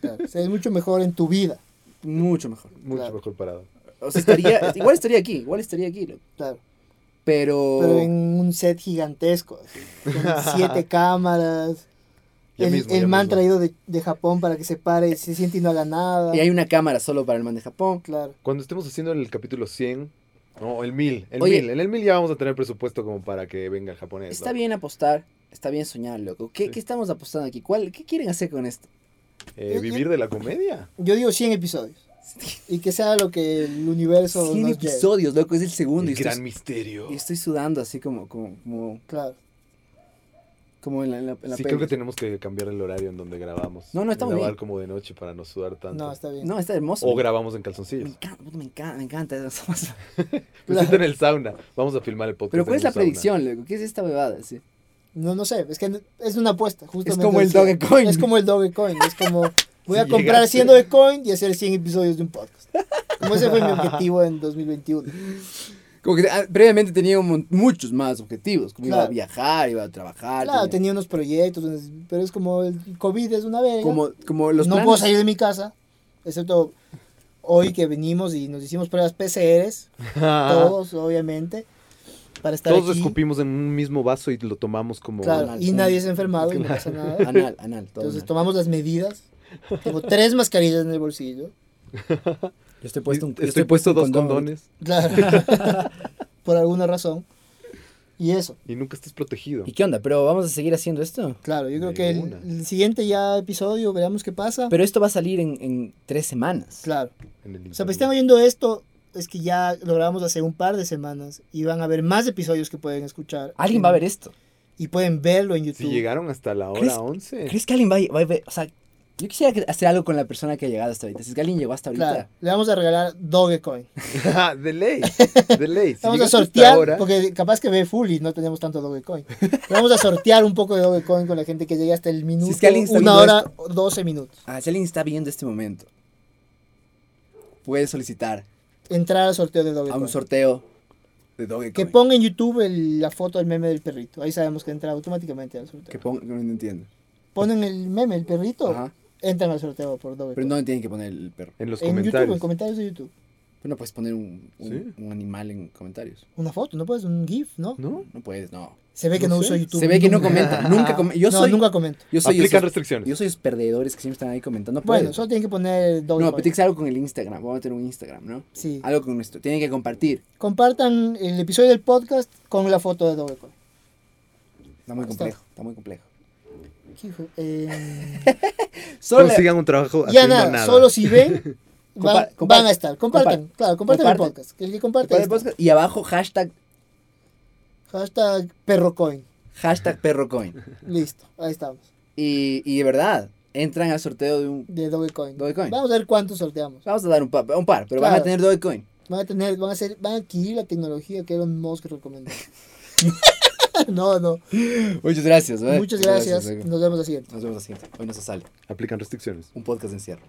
Claro, o sea, es mucho mejor en tu vida.
Mucho mejor.
Mucho
Claro.
mejor parado.
O sea,
[laughs]
estaría, igual estaría aquí, igual estaría aquí, loco.
Claro.
pero...
Pero en un set gigantesco, así, con
[laughs]
siete cámaras.
Ya
el
mismo,
el
ya
man
mismo.
traído de, de Japón para que se pare, se siente y no haga nada.
Y hay una cámara solo para el man de Japón.
Claro.
Cuando estemos haciendo el capítulo 100, no, el 1000, el
Oye.
1000, en el 1000 ya vamos a tener presupuesto como para que venga el japonés.
Está
¿no?
bien apostar, está bien soñar, loco. ¿Qué,
Sí.
qué estamos apostando aquí? ¿Cuál, ¿Qué quieren hacer con esto?
Eh, vivir de la comedia.
Yo digo 100 episodios. Y que sea lo que el universo
100
nos lleve.
episodios, loco, es el segundo.
El
y,
gran
estoy,
misterio.
y estoy sudando así como, como, como,
Claro.
como en la, en la- en la
Sí,
peli.
creo que tenemos que cambiar el horario en donde grabamos.
No, no, está muy
Grabar
bien.
como de noche para no sudar tanto.
No, está bien.
No, está hermoso.
O
me,
grabamos en
me
[laughs]
calzoncillos.
encanta, puta, me encanta, me encanta. [laughs] esa cosa.
Me siento en el sauna. Vamos a filmar el podcast.
Pero ¿cuál
en
es la
un sauna. [laughs]
predicción, loco? ¿Qué es esta bebada? Sí.
No, no sé, es que es una apuesta. Justamente
como el
decía.
Dogecoin.
Es como el Dogecoin. Es como, voy a
Si
comprar
llegaste.
100 Dogecoin y hacer 100 episodios de un podcast. Como ese fue mi objetivo en 2021.
Como que ah, previamente tenía un mon- muchos más objetivos. Como iba a
Claro.
viajar, iba a
Ah,
trabajar.
Claro,
tenía-
tenía unos proyectos, unas- pero es como el COVID es una verga.
como, como los
no
planes-
puedo salir de mi casa, excepto hoy que venimos y nos hicimos pruebas PCRs, todos obviamente, para estar
Todos
aquí.
escupimos en un mismo vaso y lo tomamos como.
Claro,
Anal,
y
un-
nadie se ha enfermado y
[laughs]
no pasa nada.
Anal, anal. todo
Entonces
anal.
tomamos las medidas. Tengo tres mascarillas en el bolsillo.
Yo estoy
Estoy,
puesto, un- yo
puesto
un
dos
condón
condones
[laughs]
Claro. Por alguna razón. Y eso,
y nunca estés protegido.
¿Y qué onda? ¿Pero vamos a seguir haciendo esto?
claro, yo creo
De
que el,
una.
el siguiente ya episodio, veamos qué pasa.
Pero esto va a salir en, en tres semanas.
claro.
en el
O sea,
internet.
pues están oyendo esto, es que ya lo grabamos hace un par de semanas y van a haber más episodios que pueden escuchar.
Alguien va a ver esto.
Y pueden verlo en
Si
YouTube.
llegaron hasta la
¿Crees-
hora 11.
¿Crees que alguien va a, va a ver? O sea, yo quisiera que- hacer algo con la persona que ha llegado hasta ahorita. Si es que alguien llegó hasta ahorita.
Claro, le vamos a regalar
[laughs]
Dogecoin.
[laughs] de
[laughs]
ley. De ley. Si
Vamos a
llegaste hasta
sortear,
ahora-
porque capaz que ve full y no tenemos tanto Dogecoin. Le vamos a sortear un poco de Dogecoin con la gente que llegue hasta el minuto,
es que alguien está
una
viendo
hora, o 12 minutos.
Ah, si alguien está viendo este momento, puede solicitar
Entrar al sorteo de
a
Dogecoin.
un sorteo eh. de
que
Dogecoin.
ponga en YouTube el- la foto del meme del perrito. Ahí sabemos que entra automáticamente al sorteo.
Que ponga- que no entiendo.
Ponen el meme, el perrito,
Ajá.
entran al sorteo por Dogecoin.
Pero no tienen que poner el perro.
En los
en YouTube, en
comentarios.
comentarios de YouTube.
Pero no puedes poner un, un-
Sí.
un animal en comentarios.
Una foto, no puedes, un GIF, ¿no?
¿No?
No puedes, no.
Se ve que no,
No sé.
uso YouTube.
Se ve que no
nunca.
comenta. Nunca come- Yo
[laughs] no,
soy.
nunca comento.
Yo soy,
Aplican
esos,
restricciones.
yo soy esos perdedores que siempre están ahí comentando. No
Bueno,
puedes.
solo tienen que poner
no,
Dogecoin.
pero tiene que ser algo con el Instagram. Vamos a tener un Instagram, ¿no?
Sí.
Algo con esto. Tienen que compartir.
Compartan el episodio del podcast con la foto de Dogecoin.
Está muy
Está.
complejo. Está muy complejo.
¿Qué hijo? [laughs] Eh,
Solo,
Consigan un trabajo
ya
haciendo
nada,
nada.
solo
[laughs]
si ven, van,
Compa- compa-
van a estar. Compartan,
compa-
claro, compartan
compartan.
el podcast. El que comparte.
Para el podcast, Y abajo hashtag,
Hashtag perrocoin.
hashtag perrocoin.
Listo, ahí estamos.
Y, y de verdad, entran al sorteo de un...
De Dogecoin.
Dogecoin.
Vamos a ver cuántos sorteamos.
Vamos a dar un par, un par pero van a
Claro.
tener Dogecoin.
Van a tener, van a ser, van a adquirir la tecnología que Elon Musk recomendó. [laughs] no, no.
Muchas gracias. ¿eh?
Muchas gracias.
Diego.
Nos vemos la siguiente.
Nos vemos la siguiente. Hoy no se sale.
Aplican restricciones.
Un podcast de encierro.